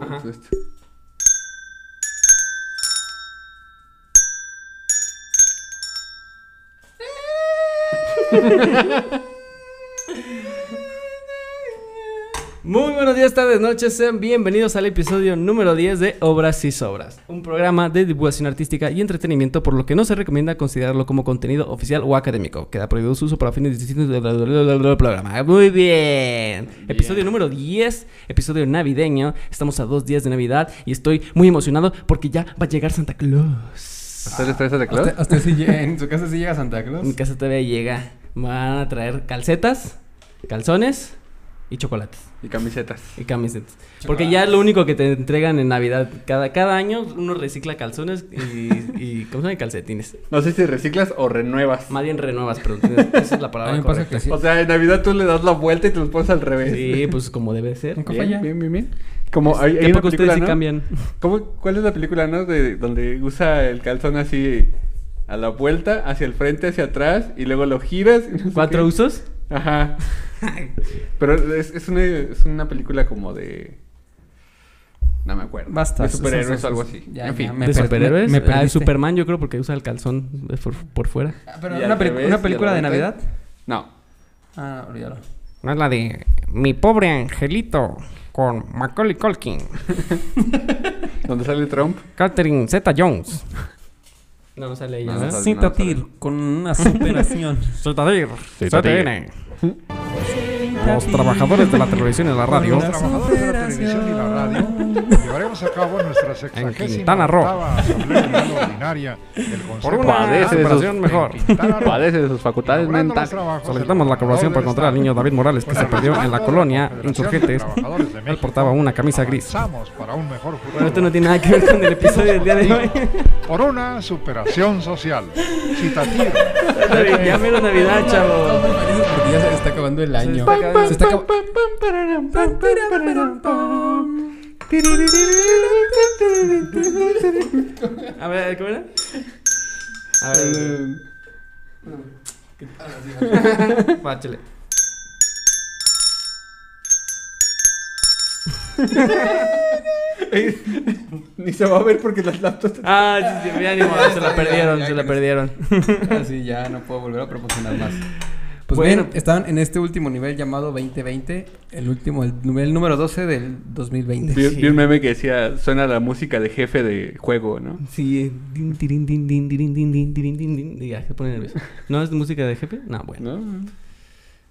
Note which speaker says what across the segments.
Speaker 1: Exacto, este.
Speaker 2: Muy buenos días, tardes, noches. Sean bienvenidos al episodio número 10 de Obras y Sobras, un programa de divulgación artística y entretenimiento, por lo que no se recomienda considerarlo como contenido oficial o académico. Queda prohibido su uso para fines distintos del programa. Muy bien. Episodio número 10, episodio navideño. Estamos a dos días de Navidad y estoy muy emocionado porque ya va a llegar Santa Claus.
Speaker 1: ¿Usted les trae Santa Claus?
Speaker 3: ¿Usted, usted sí llega- en su casa sí llega Santa
Speaker 2: Mi
Speaker 3: Claus?
Speaker 2: casa todavía llega. Van a traer calcetas, calzones y chocolates.
Speaker 1: Y camisetas.
Speaker 2: Y camisetas. Porque ya es lo único que te entregan en Navidad. Cada, cada año uno recicla calzones y, y ¿cómo se llama? Calcetines.
Speaker 1: No sé si reciclas o renuevas.
Speaker 2: Más bien renuevas, pero tienes- esa es la
Speaker 3: A
Speaker 2: palabra
Speaker 3: mí me pasa
Speaker 2: correcta.
Speaker 3: que sí.
Speaker 1: O sea, en Navidad tú le das la vuelta y te los pones al revés.
Speaker 2: Sí, pues como debe ser.
Speaker 3: Nunca
Speaker 1: Bien,
Speaker 3: falla.
Speaker 1: bien, bien, bien. Como hay, hay
Speaker 2: ¿Qué
Speaker 1: una
Speaker 2: poco ustedes
Speaker 1: película,
Speaker 2: sí
Speaker 1: ¿no?
Speaker 2: cambian?
Speaker 1: ¿Cómo- ¿Cuál es la película, no? De, donde usa el calzón así a la vuelta, hacia el frente, hacia atrás, y luego lo giras. y no sé
Speaker 2: ¿Cuatro
Speaker 1: qué.
Speaker 2: usos?
Speaker 1: Ajá. Pero es, es una, es una película como de... No me acuerdo.
Speaker 3: Basta.
Speaker 1: De superhéroes
Speaker 3: Eso, eso,
Speaker 1: o algo
Speaker 3: eso.
Speaker 1: así.
Speaker 3: Ya,
Speaker 1: en
Speaker 3: ya,
Speaker 1: fin.
Speaker 3: me
Speaker 2: ¿De
Speaker 3: per-
Speaker 2: superhéroes?
Speaker 3: me- me
Speaker 2: Ah,
Speaker 3: perdiste.
Speaker 2: Superman yo creo porque usa el calzón de por, por fuera.
Speaker 3: Ah, Pero
Speaker 1: Y
Speaker 3: una,
Speaker 1: al
Speaker 3: peli-
Speaker 1: revés,
Speaker 3: una
Speaker 1: y al
Speaker 3: película de
Speaker 1: revés.
Speaker 3: Navidad.
Speaker 1: No.
Speaker 3: Ah, olvídalo.
Speaker 4: No es la de Mi pobre angelito con Macaulay Culkin,
Speaker 1: Donde sale Trump.
Speaker 4: Catherine Zeta Jones.
Speaker 2: No, no sale
Speaker 1: No,
Speaker 2: ella,
Speaker 1: no
Speaker 2: ¿verdad?
Speaker 1: sale. Citatir,
Speaker 3: con una superación.
Speaker 4: ZDR, ZDN. Los trabajadores de la televisión y la radio.
Speaker 5: Los trabajadores de la televisión y la radio llevaremos a cabo
Speaker 4: Quintana
Speaker 5: nuestra sexagésima
Speaker 4: Roo.
Speaker 5: octava asamblea anual ordinaria del Consejo
Speaker 4: Por una
Speaker 1: Padece de
Speaker 4: separación
Speaker 1: sus-
Speaker 4: mejor.
Speaker 5: en Quintana Roo,
Speaker 1: Padece de sus facultades
Speaker 5: logrando los
Speaker 1: mentales.
Speaker 5: trabajos del
Speaker 4: Solicitamos la colaboración para encontrar al niño David Morales que se
Speaker 5: Estado.
Speaker 4: perdió en la colonia
Speaker 5: Federación de
Speaker 4: Insurgentes.
Speaker 5: Trabajadores de
Speaker 4: Él
Speaker 5: México.
Speaker 4: portaba una camisa gris.
Speaker 5: Avanzamos para un mejor futuro.
Speaker 2: Pero esto no tiene nada que ver con el episodio del día de hoy.
Speaker 5: Por una superación social. Citatir.
Speaker 2: ya mero Navidad,
Speaker 3: Estamos
Speaker 2: chavo.
Speaker 3: muy felices porque ya se está acabando el año. Se está acabando.
Speaker 2: A ver, ¿cómo era? A ver, páchale.
Speaker 1: Ni se va a ver porque las laptops...
Speaker 2: Ah, sí, sí, ya ni modo, se la perdieron, se la perdieron.
Speaker 3: Así Ah, ya no puedo volver a proporcionar más. Pues
Speaker 2: Bueno.
Speaker 3: bien, estaban en este último nivel llamado 2020, el último, el nivel número 12 del 2020.
Speaker 1: Vi, vi un meme que decía, suena la música de jefe de juego, ¿no?
Speaker 2: Sí, din, tirin, din, din, tirin, din, din, tirin, din, din. Y Ya, se pone nervioso. ¿No es música de jefe? No, bueno.
Speaker 1: ¿No?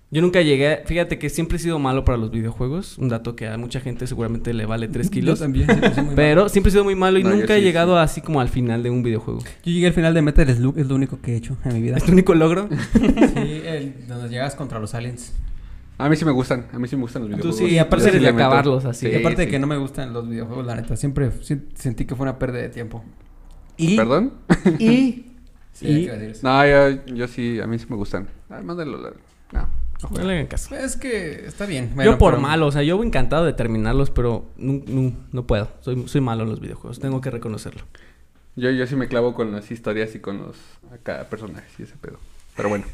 Speaker 2: Yo nunca llegué, fíjate que siempre he sido malo para los videojuegos, un dato que a mucha gente seguramente le vale 3
Speaker 3: Yo
Speaker 2: kilos.
Speaker 3: también, sí, pues, soy muy malo.
Speaker 2: Pero siempre he sido muy malo y
Speaker 1: No, yo
Speaker 2: nunca he
Speaker 1: sí,
Speaker 2: llegado así como al final de un videojuego.
Speaker 3: Yo llegué al final de Metal Slug, es lo único que he hecho en mi vida.
Speaker 2: ¿Es tu único logro?
Speaker 3: Sí, el, donde llegas contra los aliens.
Speaker 1: A mí sí me gustan, a mí sí me gustan los
Speaker 2: Tú
Speaker 1: videojuegos.
Speaker 2: sí, y aparte
Speaker 1: Yo
Speaker 2: eres
Speaker 1: le
Speaker 2: de
Speaker 1: meto.
Speaker 2: acabarlos así.
Speaker 3: Y aparte de
Speaker 1: sí.
Speaker 3: que no me gustan los videojuegos, la neta. Siempre si- sentí que fue una pérdida de tiempo. Y,
Speaker 1: ¿Perdón?
Speaker 3: Y. sí,
Speaker 2: Y-
Speaker 3: ¿qué iba a decir?
Speaker 1: No, yo, yo sí, a mí sí me gustan. Ay, mándalo. la- No.
Speaker 2: No le hagan caso.
Speaker 3: Es que está bien.
Speaker 2: yo por
Speaker 3: malo
Speaker 2: malo, o sea, yo encantado de terminarlos, pero nu- nu- no, puedo. Soy, soy malo en los videojuegos, tengo que reconocerlo.
Speaker 1: Yo, yo sí me clavo con las historias y con los acá, personajes y ese pedo. Pero bueno.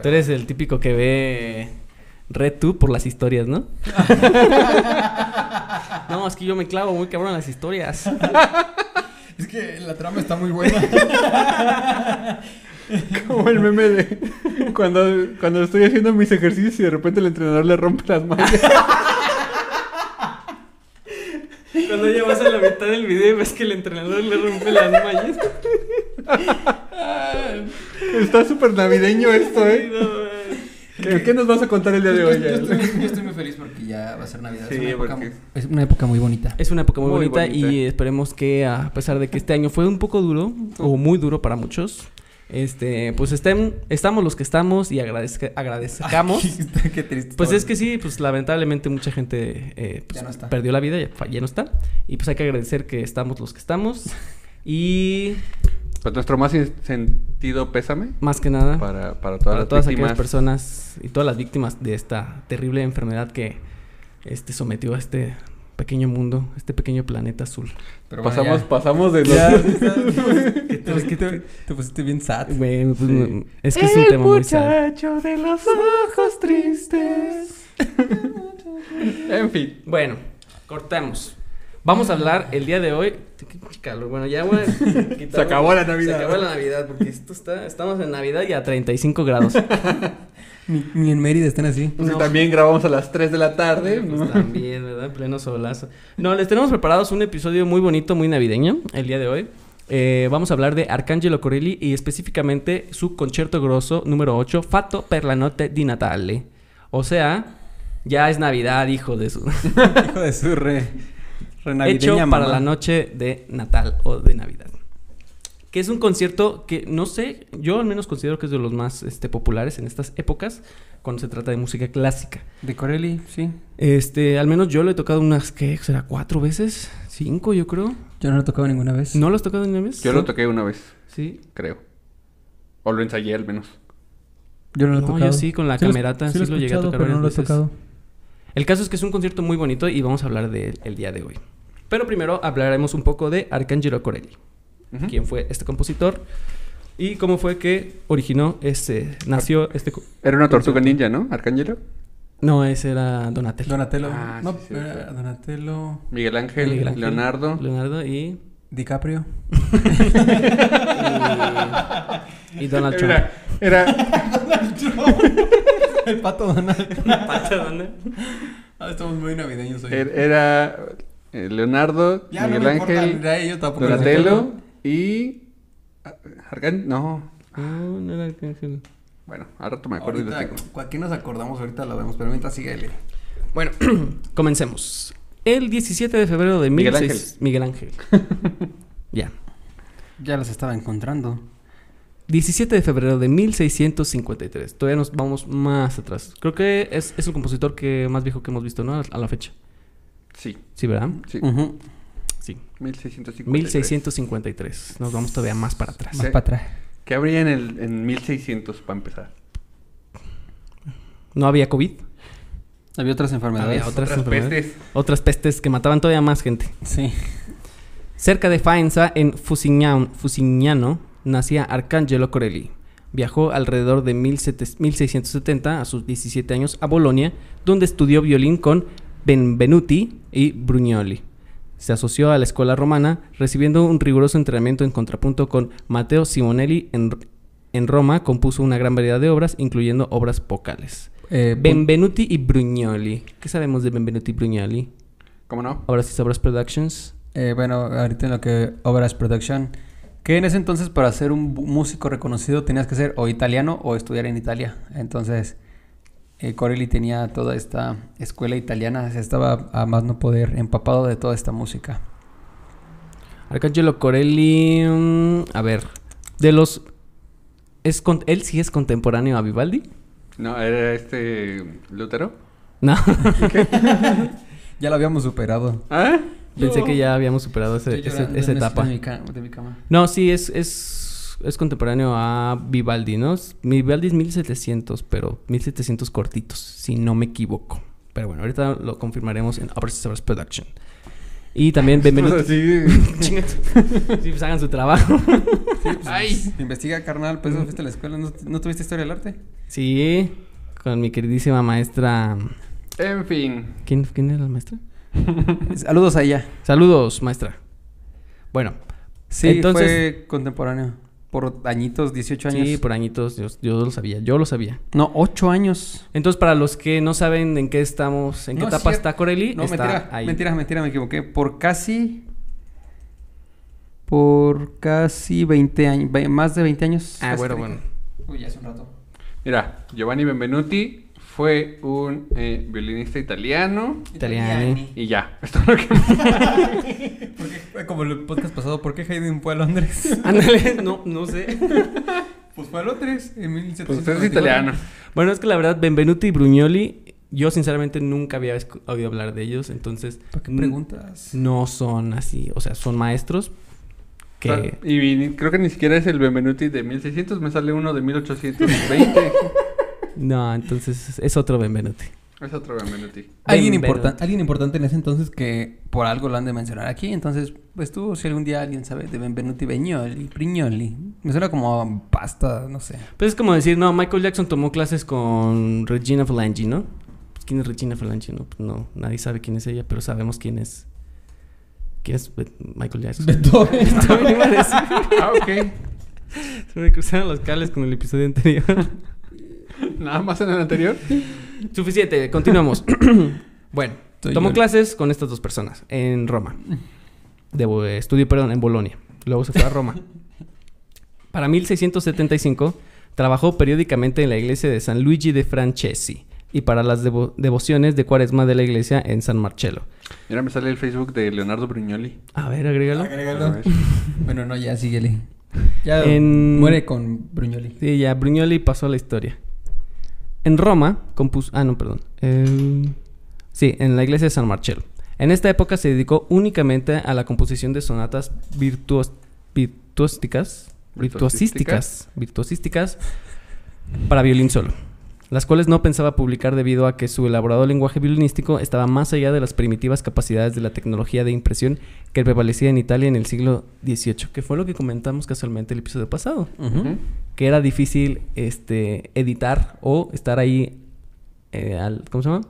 Speaker 2: Tú eres el típico que ve Red Tube por las historias, ¿no? no, es que yo me clavo muy cabrón en las historias.
Speaker 3: Es que la trama está muy buena.
Speaker 1: Como el meme de cuando, cuando estoy haciendo mis ejercicios y de repente el entrenador le rompe las manos.
Speaker 2: Cuando ya vas a la mitad del video y ves que el entrenador le rompe las mallas.
Speaker 1: Está súper navideño esto, ¿eh? ¿Qué, qué nos vas a contar el día de
Speaker 3: yo,
Speaker 1: hoy?
Speaker 3: yo estoy,
Speaker 1: Yael?
Speaker 3: yo estoy muy feliz porque ya va a ser Navidad.
Speaker 1: Sí,
Speaker 3: es, una época,
Speaker 1: porque-
Speaker 3: es una época muy bonita.
Speaker 2: Es una época muy,
Speaker 1: Muy
Speaker 2: bonita,
Speaker 1: bonita.
Speaker 2: y esperemos que a pesar de que este año fue un poco duro o muy duro para muchos, este, pues estén, estamos los que estamos y agradezca,
Speaker 3: Ah,
Speaker 2: agradezcamos.
Speaker 3: Ay, Qué triste.
Speaker 2: Pues
Speaker 3: todo.
Speaker 2: es que sí, pues lamentablemente mucha gente eh, pues,
Speaker 3: Ya no está.
Speaker 2: perdió la vida, ya, fa- ya no está. Y pues hay que agradecer que estamos los que estamos. Y
Speaker 1: Pues nuestro más sin- sentido pésame
Speaker 2: más que nada,
Speaker 1: para,
Speaker 2: para,
Speaker 1: para todas las
Speaker 2: todas
Speaker 1: víctimas.
Speaker 2: aquellas personas y todas las víctimas de esta terrible enfermedad que este, sometió a este pequeño mundo, este pequeño planeta azul.
Speaker 3: Pero bueno,
Speaker 1: pasamos,
Speaker 3: ya.
Speaker 1: pasamos de los...
Speaker 3: Ya, ¿Qué te, qué te- te pusiste bien sad.
Speaker 2: Güey, pues, no- es que es
Speaker 3: Eh,
Speaker 2: un tema muy sad.
Speaker 1: de los ojos tristes. en fin.
Speaker 2: Bueno, cortamos. Vamos a hablar el día de hoy. Qué calor. Bueno, ya, güey.
Speaker 1: Se acabó la Navidad.
Speaker 2: Se acabó la Navidad, porque esto está. Estamos en Navidad y a 35 grados.
Speaker 3: Ni, ni en Mérida están así.
Speaker 1: Pues que
Speaker 2: No.
Speaker 1: También grabamos a las 3 de la tarde.
Speaker 2: Pues
Speaker 1: ¿no?
Speaker 2: también, ¿verdad? Pleno solazo. No, les tenemos preparados un episodio muy bonito, muy navideño el día de hoy. Eh, vamos a hablar de Arcangelo Corelli y específicamente su concierto grosso número 8, Fato per la notte di Natale. O sea, ya es Navidad, hijo de su.
Speaker 3: Hijo de su re.
Speaker 2: hecho
Speaker 3: Renavideña
Speaker 2: para
Speaker 3: mamá.
Speaker 2: la noche de Natal o de Navidad. Que es un concierto que no sé, yo al menos considero que es de los más este, populares en estas épocas cuando se trata de música clásica.
Speaker 3: De Corelli, sí.
Speaker 2: Este, al menos yo lo he tocado unas, ¿qué? ¿Será cuatro veces? ¿Cinco, yo creo?
Speaker 3: Yo no lo he tocado ninguna vez.
Speaker 2: ¿No lo has tocado ni una vez?
Speaker 1: Yo lo toqué una vez,
Speaker 2: Sí.
Speaker 1: creo. O lo ensayé al menos.
Speaker 3: Yo no lo he
Speaker 2: No,
Speaker 3: tocado.
Speaker 2: yo sí, con la
Speaker 3: lo-
Speaker 2: camerata, sí lo
Speaker 3: he
Speaker 2: llegué a
Speaker 3: escuchado,
Speaker 2: tocar
Speaker 3: pero no
Speaker 2: varias
Speaker 3: lo he
Speaker 2: veces.
Speaker 3: tocado.
Speaker 2: El caso es que es un concierto muy bonito y vamos a hablar de él el día de hoy. Pero primero hablaremos un poco de Arcangelo Corelli.
Speaker 1: Ujú.
Speaker 2: ¿Quién fue este compositor? ¿Y cómo fue que originó este, nació este... co-
Speaker 1: Era una tortuga ninja, ¿no? Arcángelo.
Speaker 2: No, ese era Donatello.
Speaker 3: Donatello.
Speaker 1: Ah,
Speaker 3: no,
Speaker 1: sí, sí,
Speaker 3: era
Speaker 1: sí.
Speaker 3: Donatello.
Speaker 1: Miguel Ángel,
Speaker 2: Miguel Ángel,
Speaker 1: Leonardo.
Speaker 2: Leonardo y...
Speaker 3: DiCaprio.
Speaker 2: y, y Donald Trump.
Speaker 1: Era, era-
Speaker 3: El pato Donald.
Speaker 2: Pato Donald.
Speaker 3: Ah, estamos muy navideños hoy.
Speaker 1: er- era, eh, Leonardo,
Speaker 3: ya
Speaker 1: Miguel
Speaker 3: no me
Speaker 1: Ángel,
Speaker 3: importa. ya yo tampoco lo sé.
Speaker 1: Donatello y. Ar- Arcán. No.
Speaker 2: Ah, No, no era Arcángel.
Speaker 1: Bueno, ahora me acuerdo y lo
Speaker 3: Ahorita,
Speaker 1: tengo.
Speaker 3: ¿a qué nos acordamos ahorita lo vemos, pero mientras sigue él.
Speaker 2: Bueno, comencemos. El 17 de febrero de
Speaker 1: Miguel
Speaker 2: 1600 Miguel Ángel. ya.
Speaker 3: Ya los estaba encontrando.
Speaker 2: 17 de febrero de 1653. Todavía nos vamos más atrás. Creo que es, es el compositor que más viejo que hemos visto, ¿no? A la fecha.
Speaker 1: Sí,
Speaker 2: Sí, ¿verdad?
Speaker 1: sí.
Speaker 3: Ujú.
Speaker 2: Sí.
Speaker 1: 1653.
Speaker 2: 1653. Nos vamos todavía más para atrás.
Speaker 1: Sí.
Speaker 3: Más para atrás.
Speaker 1: ¿Qué habría en, el, en 1600 para empezar?
Speaker 2: No había COVID.
Speaker 3: Había otras enfermedades.
Speaker 2: Había otras, enfermedades.
Speaker 1: pestes.
Speaker 2: Otras pestes que mataban todavía más gente.
Speaker 3: Sí.
Speaker 2: Cerca de Faenza, en Fusignano, Fusignano, nacía Arcangelo Corelli. Viajó alrededor de 1700 1670 a sus 17 años a Bolonia, donde estudió violín con Benvenuti y Brugnoli. Se asoció a la escuela romana, recibiendo un riguroso entrenamiento en contrapunto con Matteo Simonelli. En, en Roma compuso una gran variedad de obras, incluyendo obras vocales.
Speaker 3: Eh,
Speaker 2: Benvenuti y Brugnoli. ¿Qué sabemos de Benvenuti y Brugnoli?
Speaker 1: ¿Cómo no?
Speaker 2: Ahora sí, Sobras Productions.
Speaker 3: Eh, bueno, ahorita en lo que obras production, que en ese entonces para ser un bu- músico reconocido tenías que ser o italiano o estudiar en Italia. Entonces, eh, Corelli tenía toda esta escuela italiana, se estaba a más no poder empapado de toda esta música.
Speaker 2: Arcangelo Corelli. mm, a ver. De los. Es con- él sí es contemporáneo a Vivaldi.
Speaker 1: No, era este. Lutero.
Speaker 2: No.
Speaker 3: Ya lo habíamos superado.
Speaker 1: ¿Ah?
Speaker 2: Pensé que ya habíamos superado ese- ese- esa etapa. No, sí, es, es, es contemporáneo a Vivaldi, ¿no? Es- Vivaldi es 1700, pero 1700 cortitos, si no me equivoco. Pero bueno, ahorita lo confirmaremos en Obras y Sobras Production. Y también
Speaker 1: O sea,
Speaker 2: bienvenidos.
Speaker 1: sí.
Speaker 2: sí, pues hagan su trabajo.
Speaker 3: Ay. Investiga, carnal,
Speaker 2: Mm.
Speaker 3: pues no fuiste a la escuela, ¿No, no tuviste historia del arte?
Speaker 2: Sí, con mi queridísima maestra.
Speaker 1: En fin.
Speaker 2: ¿Quién, quién era la maestra?
Speaker 3: Saludos a ella.
Speaker 2: Saludos, maestra. Bueno,
Speaker 3: Sí,
Speaker 2: Entonces-
Speaker 3: fue contemporáneo. Por añitos, 18 años.
Speaker 2: sí, por añitos, yo, yo lo sabía, yo lo sabía.
Speaker 3: No, 8 años.
Speaker 2: Entonces, para los que no saben en qué estamos, en qué
Speaker 3: No,
Speaker 2: etapa
Speaker 3: sí,
Speaker 2: está Corelli,
Speaker 3: No,
Speaker 2: está
Speaker 3: mentira,
Speaker 2: ahí.
Speaker 3: mentira, mentira, me equivoqué. Por casi. Por casi 20 años. ve- Más de 20 años.
Speaker 2: Ah,
Speaker 3: casi
Speaker 2: bueno,
Speaker 3: 30.
Speaker 2: bueno.
Speaker 3: Uy, ya hace un rato.
Speaker 1: Mira, Giovanni Benvenuti fue un eh, violinista italiano.
Speaker 2: Italiani.
Speaker 1: Y ya, esto es lo que
Speaker 3: Como el podcast pasado, ¿por qué Hayden fue a Londres?
Speaker 2: Ándale, no, no sé.
Speaker 3: pues fue a Londres en
Speaker 1: Pues usted es italiano.
Speaker 2: Bueno, es que la verdad, Benvenuti y Brugnoli, yo sinceramente nunca había escu- oído hablar de ellos, entonces
Speaker 3: ¿Por qué
Speaker 2: mm,
Speaker 3: preguntas?
Speaker 2: no son así, o sea, son maestros que...
Speaker 1: O sea, Ah, Y vi- creo que ni siquiera es el Benvenuti de 1600, me sale uno de 1820.
Speaker 2: No, entonces es otro Benvenuti.
Speaker 1: es otro Benvenuti.
Speaker 3: Alguien,
Speaker 2: Ven,
Speaker 3: importan-
Speaker 2: ven.
Speaker 3: alguien importante en ese entonces que por algo lo han de mencionar aquí. Entonces, pues tú, si algún día alguien sabe de Benvenuti Beñoli, Prignoli. Me suena como a pasta, no sé.
Speaker 2: Pues es como decir, no, Michael Jackson tomó clases con Regina Falangi, ¿no? Pues, ¿Quién es Regina Falangi? No, Pues, no, nadie sabe quién es ella, pero sabemos quién es. ¿Quién es Be- Michael Jackson?
Speaker 3: Beethoven.
Speaker 2: Beethoven, iba a decir.
Speaker 1: Ah, ok.
Speaker 2: Se me cruzaron los cables con el episodio anterior.
Speaker 1: Nada más en el anterior.
Speaker 2: Suficiente, continuamos. bueno,
Speaker 3: Estoy
Speaker 2: tomó
Speaker 3: llorando.
Speaker 2: clases con estas dos personas en Roma. De Bo- eh, estudio, perdón, en Bolonia. Luego se fue a Roma. Para 1675 trabajó periódicamente en la iglesia de San Luigi de Francesi y para las devo- devociones de Cuaresma de la iglesia en San Marcello.
Speaker 1: Mira, me sale el Facebook de Leonardo Brignoli.
Speaker 2: A ver, agrégalo.
Speaker 1: A ver.
Speaker 3: Bueno, no, ya síguele. Ya
Speaker 2: En-
Speaker 3: muere con Bruñoli.
Speaker 2: Sí, ya, Brugnoli pasó a la historia. En Roma compuso... Ah, no, perdón. Eh, sí, en la iglesia de San Marcello. En esta época se dedicó únicamente a la composición de sonatas virtuos, virtuosísticas, virtuosísticas, virtuosísticas para violín solo, las cuales no pensaba publicar debido a que su elaborado lenguaje violinístico estaba más allá de las primitivas capacidades de la tecnología de impresión que prevalecía en Italia en el siglo XVIII, que fue lo que comentamos casualmente el episodio pasado
Speaker 3: ¿Mm?
Speaker 1: Ujú.
Speaker 2: que era difícil este editar o estar ahí eh, al- ¿cómo se llama?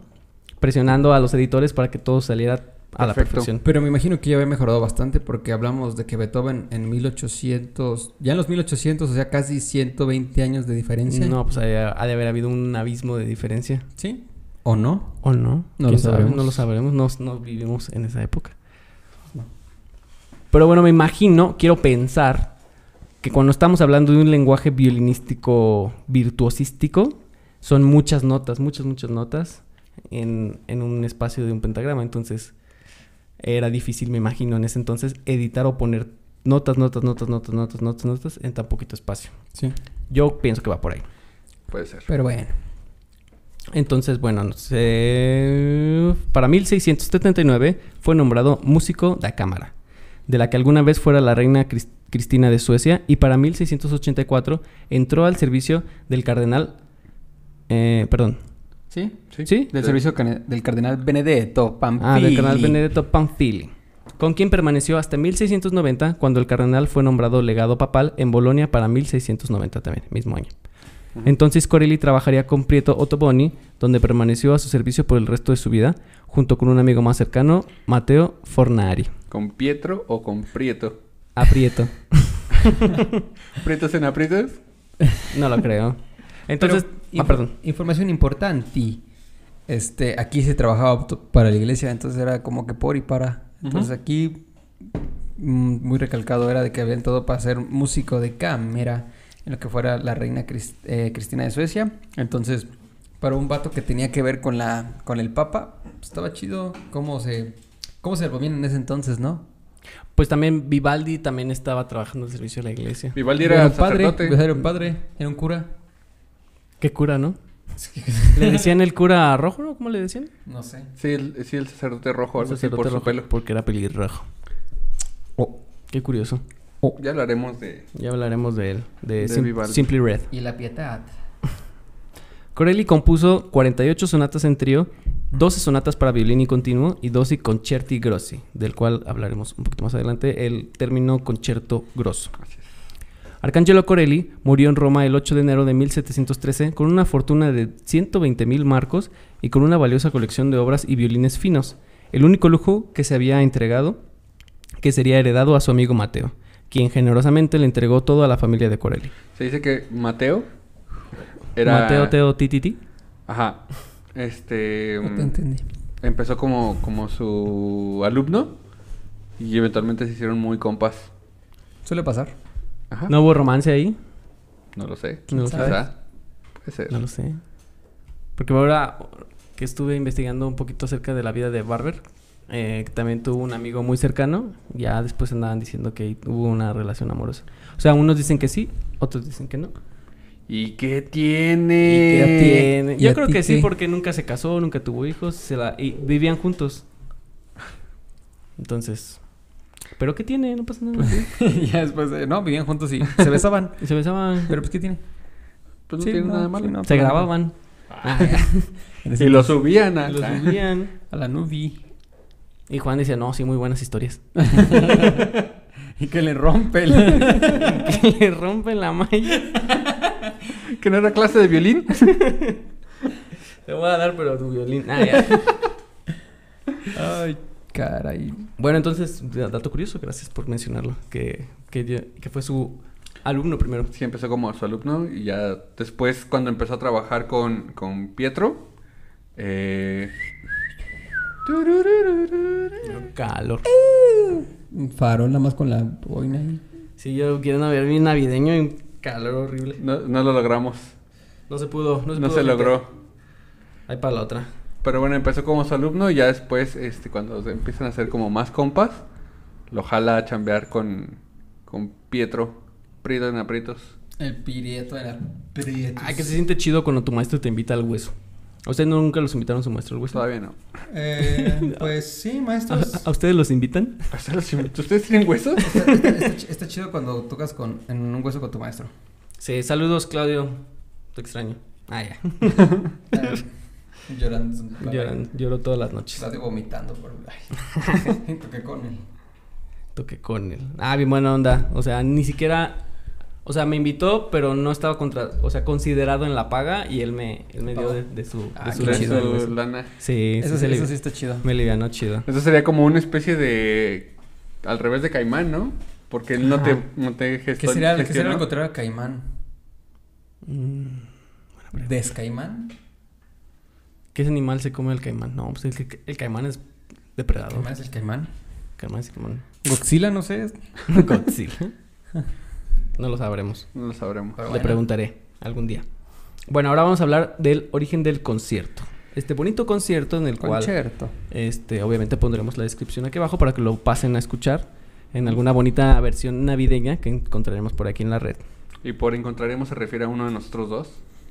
Speaker 2: presionando a los editores para que todo saliera a la
Speaker 1: Perfecto.
Speaker 2: perfección.
Speaker 3: Pero me imagino que ya había mejorado bastante porque hablamos de que Beethoven en 1800, ya en los 1800, o sea, casi 120 años de diferencia.
Speaker 2: No, pues ha, ha de haber habido un abismo de diferencia.
Speaker 3: ¿Sí? ¿O no?
Speaker 2: ¿O no?
Speaker 3: No lo
Speaker 2: ¿Quién sabe?
Speaker 3: sabremos.
Speaker 2: No lo sabremos. No, no vivimos en esa época. Pero bueno, me imagino, quiero pensar que cuando estamos hablando de un lenguaje violinístico virtuosístico, son muchas notas, muchas, muchas notas en, en un espacio de un pentagrama. Entonces, era difícil, me imagino, en ese entonces, editar o poner notas, notas, notas, notas, notas, notas, notas en tan poquito espacio.
Speaker 3: Sí.
Speaker 2: Yo pienso que va por ahí.
Speaker 1: Puede ser.
Speaker 3: Pero bueno.
Speaker 2: Entonces, bueno, no sé, para 1679 fue nombrado músico da cámara, de la que alguna vez fuera la reina Cris- Cristina de Suecia, y para 1684 entró al servicio del cardenal, eh, perdón,
Speaker 3: ¿Sí?
Speaker 1: Sí.
Speaker 2: ¿Sí?
Speaker 3: Del servicio cana- del cardenal Benedetto Pamphili.
Speaker 2: Ah, del cardenal Benedetto Panfili, con quien permaneció hasta 1690, cuando el cardenal fue nombrado legado papal en Bolonia para 1690 también, mismo año. Entonces Corelli trabajaría con Prieto Ottoboni, donde permaneció a su servicio por el resto de su vida, junto con un amigo más cercano, Mateo Fornari.
Speaker 1: ¿Con Pietro o con Prieto?
Speaker 2: A Prieto.
Speaker 1: ¿Prietos en aprietos?
Speaker 2: No lo creo. Entonces,
Speaker 3: Pero,
Speaker 2: ah, perdón.
Speaker 3: Información importante. Este, aquí se trabajaba to- para la iglesia, entonces era como que por y para. Entonces aquí mm, muy recalcado era de que habían todo para ser músico de cámara en lo que fuera la reina Cris- eh, Cristina de Suecia. Entonces, para un vato que tenía que ver con la con el papa, pues, estaba chido cómo se cómo se ponían en ese entonces, ¿no?
Speaker 2: Pues también Vivaldi también estaba trabajando al servicio de la iglesia.
Speaker 1: Vivaldi era,
Speaker 3: un padre,
Speaker 1: sacerdote.
Speaker 3: pues, era un padre, era un cura.
Speaker 2: Qué cura, ¿no? ¿Le decían el cura rojo o cómo le decían?
Speaker 3: No sé.
Speaker 1: Sí, el, sí, el sacerdote rojo,
Speaker 2: Un
Speaker 1: algo así,
Speaker 2: sacerdote
Speaker 1: por su
Speaker 2: rojo,
Speaker 1: pelo.
Speaker 2: Porque era pelirrojo. Qué curioso.
Speaker 1: Ya hablaremos de...
Speaker 2: Ya hablaremos de él. De,
Speaker 1: De
Speaker 2: Sim-
Speaker 1: Vivaldi.
Speaker 2: Simply Red.
Speaker 3: Y la piedad.
Speaker 2: Corelli compuso 48 sonatas en trío, 12 sonatas para violín y continuo y 12 concerti grossi, del cual hablaremos un poquito más adelante, el término concierto grosso.
Speaker 1: Así es.
Speaker 2: Arcangelo Corelli murió en Roma el 8 de enero de 1713 con una fortuna de 120 mil marcos y con una valiosa colección de obras y violines finos, el único lujo que se había entregado, que sería heredado a su amigo Mateo, quien generosamente le entregó todo a la familia de Corelli.
Speaker 1: Se dice que Mateo era...
Speaker 2: Mateo Teo Tititi.
Speaker 1: Ajá. Este...
Speaker 3: No te
Speaker 1: mm,
Speaker 3: entendí.
Speaker 1: empezó como, como su alumno y eventualmente se hicieron muy compas.
Speaker 3: Suele pasar.
Speaker 1: Ajá.
Speaker 2: ¿No hubo romance ahí?
Speaker 1: No lo sé.
Speaker 2: No lo
Speaker 1: Quizá.
Speaker 2: sabes.
Speaker 1: Puede ser.
Speaker 2: No lo sé. Porque ahora que estuve investigando un poquito acerca de la vida de Barber, eh, que también tuvo un amigo muy cercano, ya después andaban diciendo que ahí hubo una relación amorosa. O sea, unos dicen que sí, otros dicen que no.
Speaker 1: ¿Y qué tiene?
Speaker 3: ¿Y qué tiene?
Speaker 2: Eh,
Speaker 3: ¿Y
Speaker 2: Yo
Speaker 3: a
Speaker 2: creo
Speaker 3: ti
Speaker 2: que sí,
Speaker 3: qué?
Speaker 2: porque nunca se casó, nunca tuvo hijos, se la, y vivían juntos. Entonces, ¿pero qué tiene? No pasa nada.
Speaker 3: Y ya después, de- no, vivían juntos y se besaban.
Speaker 2: Y se besaban,
Speaker 3: Pero pues, ¿qué tiene?
Speaker 1: Pues no
Speaker 3: Sí,
Speaker 1: tiene
Speaker 3: no,
Speaker 1: nada de malo.
Speaker 3: sí, no.
Speaker 2: se grababan,
Speaker 1: Y lo subían
Speaker 3: Ah,
Speaker 1: a...
Speaker 2: los subían.
Speaker 3: A la nubi.
Speaker 2: Y Juan decía, no, sí, muy buenas historias.
Speaker 3: y que le rompe. el-
Speaker 2: que le rompe la malla.
Speaker 1: ¿Que no era clase de violín?
Speaker 2: Te voy a dar, pero tu violín. Ah, ya.
Speaker 3: Ay,
Speaker 6: Caray.
Speaker 2: Bueno, entonces, dato curioso, gracias por mencionarlo, que, que, dio- que fue su alumno primero.
Speaker 1: Sí, empezó como su alumno y ya después cuando empezó a trabajar con, con Pietro, eh,
Speaker 2: Calor.
Speaker 6: Farol nada más con la boina ahí.
Speaker 2: Sí, yo quiero ver mi navideño y un calor horrible.
Speaker 1: no, no lo logramos,
Speaker 2: No se pudo, no se
Speaker 1: no
Speaker 2: pudo,
Speaker 1: se
Speaker 2: gente.
Speaker 1: logró.
Speaker 2: Ahí para la otra.
Speaker 1: Pero bueno, empezó como su alumno y ya después, este, cuando se empiezan a hacer como más compas, lo jala a chambear con, con Pietro, Prieto en aprietos.
Speaker 6: El pirieto era prieto.
Speaker 2: Ay, que se siente chido cuando tu maestro te invita al hueso. ¿A ustedes nunca los invitaron a su maestro al hueso?
Speaker 1: Pues Todavía no.
Speaker 7: Eh, pues sí,
Speaker 2: ¿A,
Speaker 7: maestros.
Speaker 2: a- a ustedes los invitan?
Speaker 1: Hasta los invito. ¿Ustedes tienen huesos?
Speaker 6: Está, está- está ch- está chido cuando tocas con, en un hueso con tu maestro.
Speaker 2: Sí, saludos, Claudio. Te extraño. Ah, ya.
Speaker 6: Eh, Llorando.
Speaker 2: Lloran, lloro todas las noches.
Speaker 6: Estás vomitando por. Ay, toqué con él.
Speaker 2: Toqué con él. Ah, bien buena onda. O sea, ni siquiera. O sea, me invitó, pero no estaba contra, o sea, considerado en la paga y él me, él me dio de, de su,
Speaker 6: Ah,
Speaker 2: de su
Speaker 6: qué
Speaker 1: De
Speaker 6: chido el
Speaker 1: su
Speaker 6: hueso.
Speaker 1: lana.
Speaker 2: Sí,
Speaker 6: Eso,
Speaker 2: sí,
Speaker 6: sí,
Speaker 2: se li-
Speaker 6: eso sí está chido.
Speaker 2: me livianó chido.
Speaker 1: Eso sería como una especie de... Al revés de Caimán, ¿no? Porque él no te,
Speaker 2: Ajá.
Speaker 1: no te gesto-
Speaker 6: ¿Qué sería, ¿Qué sería
Speaker 1: gestionó.
Speaker 6: lo contrario a Caimán?
Speaker 2: Mm,
Speaker 6: ¿Descaimán?
Speaker 2: ¿Qué animal se come el caimán? No, pues el, ca- el caimán es depredador.
Speaker 6: ¿Caimán es el caimán?
Speaker 2: Caimán es caimán.
Speaker 6: Godzilla, no sé.
Speaker 2: Godzilla. No lo sabremos.
Speaker 1: No lo sabremos.
Speaker 6: Pero
Speaker 2: Le
Speaker 6: bueno.
Speaker 2: preguntaré algún día. Bueno, ahora vamos a hablar del origen del concierto. Este bonito concierto en el cual
Speaker 6: Concierto.
Speaker 2: Este, obviamente pondremos la descripción aquí abajo para que lo pasen a escuchar en alguna bonita versión navideña que encontraremos por aquí en la red.
Speaker 1: Y por encontraremos se refiere a uno de nosotros dos.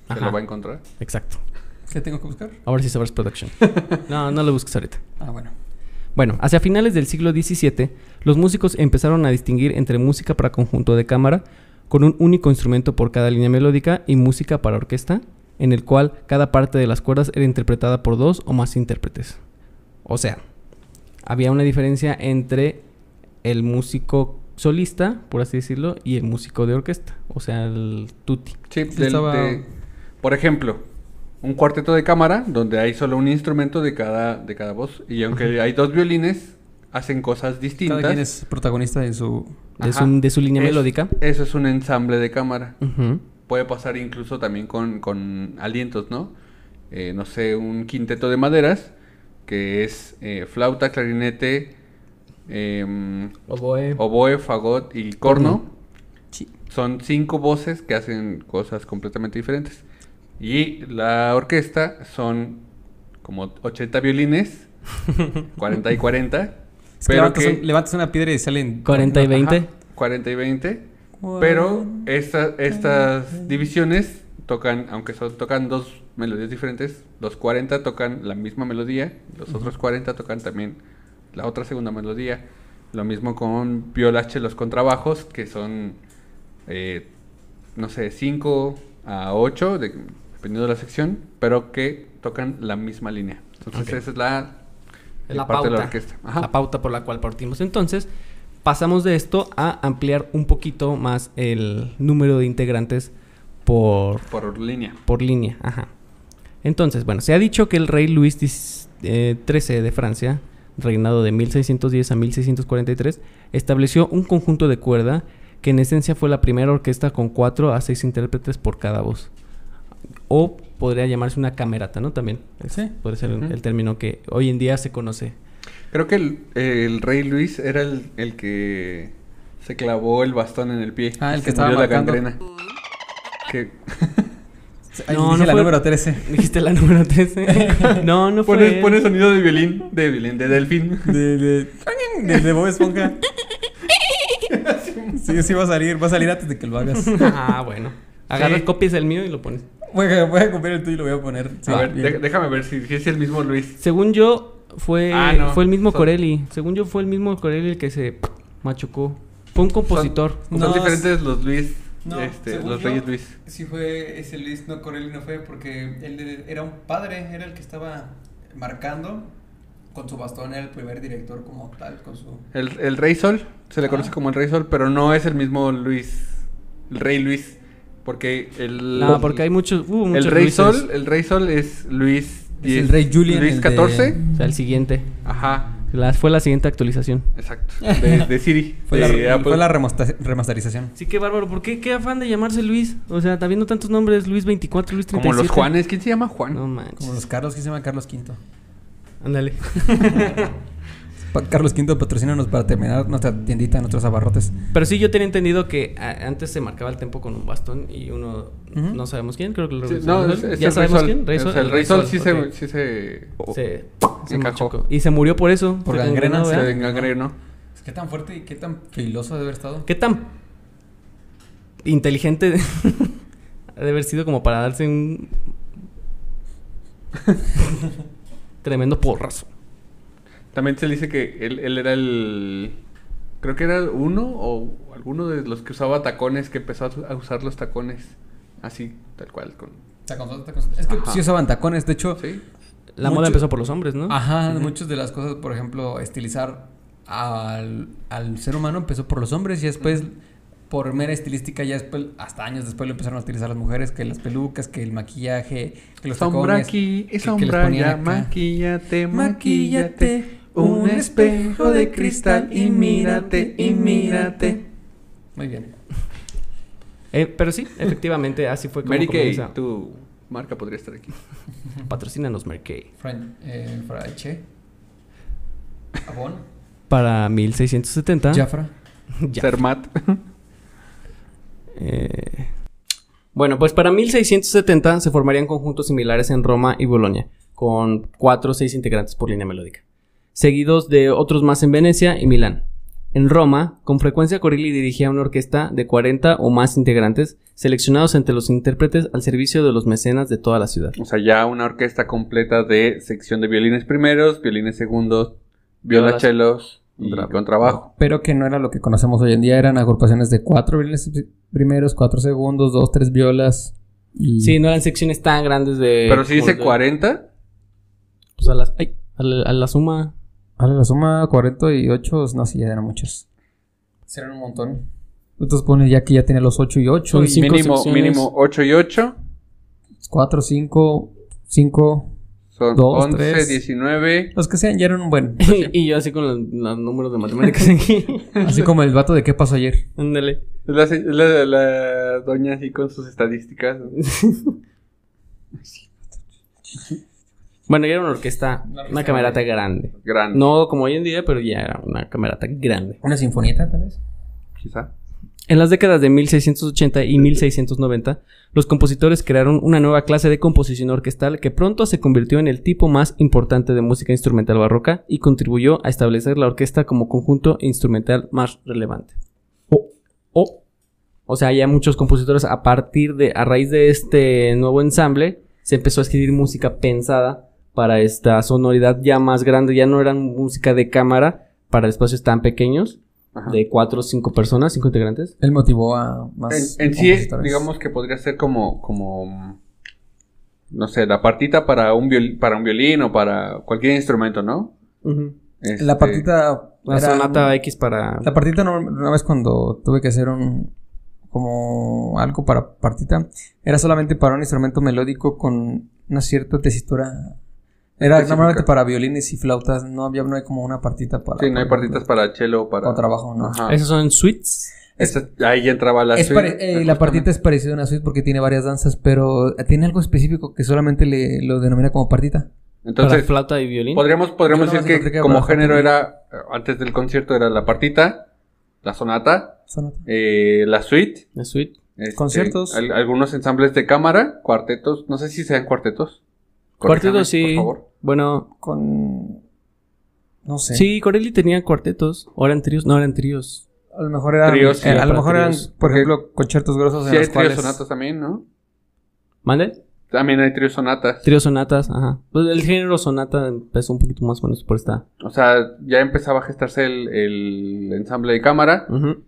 Speaker 1: Que
Speaker 2: Ajá.
Speaker 1: lo va a encontrar.
Speaker 2: Exacto.
Speaker 6: ¿Qué tengo que buscar?
Speaker 2: Ahora sí sabrás production. No, no lo busques ahorita.
Speaker 6: Ah, bueno.
Speaker 2: Bueno, hacia finales del siglo XVII, los músicos empezaron a distinguir entre música para conjunto de cámara, con un único instrumento por cada línea melódica, y música para orquesta, en el cual cada parte de las cuerdas era interpretada por dos o más intérpretes. O sea, había una diferencia entre el músico solista, por así decirlo, y el músico de orquesta, o sea, el tutti.
Speaker 1: Sí,
Speaker 6: Sí,
Speaker 1: del-
Speaker 6: estaba-
Speaker 1: de- por ejemplo, un cuarteto de cámara donde hay solo un instrumento de cada, de cada voz. Y aunque hay dos violines, hacen cosas distintas.
Speaker 6: Cada quien es protagonista de su...
Speaker 2: De
Speaker 1: Ajá.
Speaker 2: su, de su línea
Speaker 1: Es-
Speaker 2: melódica.
Speaker 1: Eso es un ensamble de cámara.
Speaker 2: Ujú.
Speaker 1: Puede pasar incluso también con, con alientos, ¿no? Eh, no sé, un quinteto de maderas que es eh, flauta, clarinete, em,
Speaker 2: Oboe.
Speaker 1: oboe, fagot y corno.
Speaker 6: Sí.
Speaker 1: Son cinco voces que hacen cosas completamente diferentes. Y la orquesta son como 80 violines, 40 y 40.
Speaker 6: Es que
Speaker 1: pero
Speaker 6: levantas,
Speaker 1: que,
Speaker 6: un- levantas una piedra y salen...
Speaker 2: 40 y 20.
Speaker 1: ajá, 40 y 20. Pero esta- estas divisiones tocan, aunque son, tocan dos melodías diferentes, los 40 tocan la misma melodía, los otros 40 tocan también la otra segunda melodía. Lo mismo con violas, chelos, contrabajos, que son, eh, no sé, 5 a 8, de- dependiendo de la sección, pero que tocan la misma línea. Entonces esa es la,
Speaker 2: la
Speaker 1: parte
Speaker 2: pauta,
Speaker 1: de la orquesta. Ajá.
Speaker 2: la pauta por la cual partimos. Entonces, pasamos de esto a ampliar un poquito más el número de integrantes por,
Speaker 1: por línea.
Speaker 2: por línea. Ajá. Entonces, bueno, se ha dicho que el rey Luis X- eh, XIII de Francia, reinado de 1610 a 1643, estableció un conjunto de cuerda que en esencia fue la primera orquesta con cuatro a seis intérpretes por cada voz. O podría llamarse una camerata, ¿no? También. Es-
Speaker 6: Sí.
Speaker 2: Puede ser el-
Speaker 1: Ujú.
Speaker 2: el término que hoy en día se conoce.
Speaker 1: Creo que el, el rey Luis era el, el que se clavó el bastón en el pie.
Speaker 6: Ah, el
Speaker 1: Se
Speaker 6: que estaba
Speaker 1: murió la
Speaker 6: marcando.
Speaker 1: gangrena. Que
Speaker 6: Ahí
Speaker 2: No,
Speaker 6: dije
Speaker 2: no
Speaker 6: la
Speaker 2: fue-
Speaker 6: número 13.
Speaker 2: Dijiste la número 13. No, no fue.
Speaker 1: pone,
Speaker 2: él.
Speaker 1: pone sonido de violín, de violín, de delfín.
Speaker 6: De, de, de, de Bob Esponja. Sí, sí va a salir. Va a salir antes de que lo hagas.
Speaker 2: Ah, bueno. Agarras
Speaker 1: Sí.
Speaker 2: copias del mío y lo pones.
Speaker 6: Voy a, voy a copiar el tuyo y lo voy a poner. Sí,
Speaker 1: a ver,
Speaker 6: Ah, bien.
Speaker 1: dé- déjame ver si, si es el mismo Luis.
Speaker 2: Según yo, fue,
Speaker 1: Ah, no.
Speaker 2: fue el mismo
Speaker 1: Son-
Speaker 2: Corelli. Según yo, fue el mismo Corelli el que se machucó. Fue un compositor.
Speaker 6: No,
Speaker 1: Son
Speaker 6: es-
Speaker 1: diferentes los Luis,
Speaker 7: no,
Speaker 1: este,
Speaker 7: según
Speaker 1: los
Speaker 7: yo-
Speaker 1: reyes Luis.
Speaker 7: Sí fue ese Luis, no Corelli no fue, porque él de- era un padre, era el que estaba marcando con su bastón, era el primer director como tal, con su...
Speaker 1: El, el rey Sol, se le conoce
Speaker 7: Ah.
Speaker 1: como el rey Sol, pero no es el mismo Luis, el rey Luis. Porque el...
Speaker 6: Ah,
Speaker 2: No, porque hay muchos. hubo muchos
Speaker 1: El rey
Speaker 2: Luises.
Speaker 1: Sol, el rey Sol es Luis...
Speaker 6: Es el
Speaker 1: 10,
Speaker 6: rey Julian,
Speaker 1: Luis
Speaker 6: el de-
Speaker 1: XIV.
Speaker 2: O sea, el siguiente.
Speaker 1: Ajá.
Speaker 4: La- fue la siguiente actualización.
Speaker 1: Exacto. De, de Siri.
Speaker 3: Fue,
Speaker 1: de
Speaker 3: la,
Speaker 1: Apple.
Speaker 3: fue la remasta- remasterización.
Speaker 4: Sí, qué bárbaro. ¿Por qué? ¿Qué afán de llamarse Luis? O sea, también no tantos nombres. Luis 24, Luis 37.
Speaker 1: Como los Juanes. ¿Quién se llama Juan?
Speaker 4: No
Speaker 3: Como
Speaker 4: manches.
Speaker 3: los Carlos, que se llama Carlos V.
Speaker 4: Ándale.
Speaker 3: Pa- Carlos V, patrocínanos para terminar nuestra tiendita, nuestros abarrotes.
Speaker 4: Pero sí, yo tenía entendido que a- antes se marcaba el tiempo con un bastón y uno...
Speaker 3: Ujú.
Speaker 4: No sabemos quién, creo que lo
Speaker 1: Sí,
Speaker 4: revisamos.
Speaker 1: no, es, es
Speaker 4: ¿Ya
Speaker 1: el Rey
Speaker 4: sabemos
Speaker 1: Sol.
Speaker 4: quién? Rey
Speaker 1: O
Speaker 4: Sol,
Speaker 1: sea, el
Speaker 4: el
Speaker 1: Rey
Speaker 4: Rey
Speaker 1: Sol
Speaker 4: Sol,
Speaker 1: sí se-
Speaker 4: ok.
Speaker 1: sí se...
Speaker 4: Se, se
Speaker 1: Encajó.
Speaker 4: machucó. Y se murió por eso.
Speaker 3: Por
Speaker 4: se
Speaker 3: gangrena,
Speaker 4: condenó,
Speaker 1: Se
Speaker 4: ¿verdad?
Speaker 1: engangrenó.
Speaker 3: ¿Qué tan fuerte y qué tan filoso debe haber estado?
Speaker 4: ¿Qué tan inteligente ha de haber sido como para darse un tremendo porrazo?
Speaker 1: También se dice que él, él era el... Creo que era el uno o alguno de los que usaba tacones, que empezó a su- a usar los tacones. Así, tal cual. Con...
Speaker 3: Es que
Speaker 1: Ajá.
Speaker 3: sí usaban tacones, de hecho.
Speaker 1: ¿Sí?
Speaker 3: Mucho- Ah.
Speaker 4: La moda empezó por los hombres, ¿no?
Speaker 3: Ajá, muchas de las cosas, por ejemplo, estilizar al, al ser humano empezó por los hombres y después, por mera estilística, ya después, hasta años después lo empezaron a utilizar las mujeres, que las pelucas, que el maquillaje, que los
Speaker 1: Sombra
Speaker 3: tacones.
Speaker 1: aquí,
Speaker 3: que- que les
Speaker 1: sombra
Speaker 3: ponían
Speaker 1: allá,
Speaker 3: acá.
Speaker 1: maquillate, maquillate. Un espejo de cristal y mírate, y mírate.
Speaker 3: Muy bien.
Speaker 4: Eh, pero sí, efectivamente, así fue como
Speaker 1: Mary
Speaker 4: comienza.
Speaker 1: Kay, tu marca podría estar aquí.
Speaker 4: Patrocínanos Mary Kay.
Speaker 3: Fran, eh, Fraiche,
Speaker 8: Avon.
Speaker 4: Para 1670.
Speaker 3: Jafra.
Speaker 4: Ya.
Speaker 1: Sermat.
Speaker 4: Eh, Bueno, pues para 1670 se formarían conjuntos similares en Roma y Bolonia, con cuatro o seis integrantes por línea melódica, seguidos de otros más en Venecia y Milán. En Roma, con frecuencia Corelli dirigía una orquesta de 40 o más integrantes, seleccionados entre los intérpretes al servicio de los mecenas de toda la ciudad.
Speaker 1: O sea, ya una orquesta completa de sección de violines primeros, violines segundos,
Speaker 4: Violas.
Speaker 1: violachelos y
Speaker 4: Contrabajo.
Speaker 1: contrabajo.
Speaker 3: Pero que no era lo que conocemos hoy en día, eran agrupaciones de cuatro violines pri- primeros, cuatro segundos, dos, tres violas. Y...
Speaker 4: Sí, no eran secciones tan grandes
Speaker 3: Eh,
Speaker 4: de...
Speaker 1: Pero si
Speaker 4: como
Speaker 1: dice
Speaker 4: de-
Speaker 1: 40,
Speaker 4: Pues a, las, ay, a la, a la suma...
Speaker 3: A la suma 48, no, sí, ya eran muchos. Sí, eran un montón. Entonces pones ya que ya tiene los 8 y 8,
Speaker 4: Son cinco
Speaker 1: mínimo,
Speaker 4: secciones.
Speaker 1: mínimo 8 y 8
Speaker 3: 4, 5, 5.
Speaker 1: son
Speaker 3: Dos,
Speaker 1: 11,
Speaker 3: tres.
Speaker 1: 19.
Speaker 3: Los que sean ya eran un buen.
Speaker 4: y yo así con los, los números de matemáticas aquí.
Speaker 3: Así como el vato de qué pasó ayer.
Speaker 4: Ándale.
Speaker 1: Es la, se- es la- la doña así con sus estadísticas.
Speaker 4: Bueno, ya era una
Speaker 8: Una
Speaker 4: orquesta,
Speaker 8: orquesta
Speaker 4: una camerata grande.
Speaker 1: Grande,
Speaker 4: No como hoy en día, pero ya era una camerata grande.
Speaker 3: Una sinfonieta, tal vez.
Speaker 1: quizá.
Speaker 4: En las décadas de 1680 y 1690, los compositores crearon una nueva clase de composición orquestal que pronto se convirtió en el tipo más importante de música instrumental barroca y contribuyó a establecer la orquesta como conjunto instrumental más relevante. O, o, o sea, ya muchos compositores a partir de, a raíz de este nuevo ensamble, se empezó a escribir música pensada para esta sonoridad ya más grande, ya no eran música de cámara para espacios tan pequeños,
Speaker 1: Ajá.
Speaker 4: de cuatro o cinco personas, cinco integrantes.
Speaker 3: Él motivó Ah, a más.
Speaker 1: En, en sí,
Speaker 3: compositores.
Speaker 1: digamos que podría ser como, como mm, no sé, la partita para un, viol- para un violín o para cualquier instrumento, ¿no? Este,
Speaker 3: La partita.
Speaker 4: La
Speaker 3: era-
Speaker 4: sonata X para.
Speaker 3: La partita, no- una vez cuando tuve que hacer un. como algo para partita, era solamente para un instrumento melódico con una cierta tesitura. Era
Speaker 1: Específica.
Speaker 3: normalmente para violines y flautas, no había no hay como una partita para.
Speaker 1: Sí, no hay partitas para cello, para...
Speaker 3: para trabajo, no.
Speaker 1: Ajá.
Speaker 4: Esos son suites.
Speaker 1: Esa- Este, ahí ya entraba la
Speaker 3: Es
Speaker 1: suite,
Speaker 3: pare- eh, la
Speaker 1: justamente.
Speaker 3: partita es parecida a una suite porque tiene varias danzas, pero tiene algo específico que solamente le, lo denomina como partita.
Speaker 1: Entonces,
Speaker 4: para flauta y violín.
Speaker 1: Podríamos, podríamos
Speaker 3: Yo nada más
Speaker 1: decir que,
Speaker 3: encontré que
Speaker 1: como
Speaker 3: baraja
Speaker 1: género
Speaker 3: tenía.
Speaker 1: era, eh, antes del concierto era la partita, la sonata,
Speaker 3: Sonata.
Speaker 1: eh, la suite.
Speaker 4: La suite.
Speaker 1: este,
Speaker 3: Conciertos.
Speaker 1: al- algunos ensambles de cámara, cuartetos, no sé si sean cuartetos. Corríjame,
Speaker 4: Cuartetos sí.
Speaker 1: Por favor.
Speaker 4: Bueno,
Speaker 3: Con. No sé.
Speaker 4: sí, Corelli tenía cuartetos. O eran tríos. No, eran tríos.
Speaker 3: A lo mejor eran.
Speaker 1: Tríos, sí,
Speaker 3: eh, a
Speaker 4: para
Speaker 3: lo mejor eran,
Speaker 4: tríos.
Speaker 3: por ejemplo, conciertos grosos en
Speaker 1: Sí hay
Speaker 3: los
Speaker 1: tríos
Speaker 3: cuales.
Speaker 1: sonatas también, ¿no?
Speaker 4: ¿Mande?
Speaker 1: También hay tríos sonatas.
Speaker 4: Tríos sonatas, ajá. Pues el género sonata empezó un poquito más o menos por esta.
Speaker 1: O sea, ya empezaba a gestarse el, el ensamble de cámara
Speaker 4: Ujú.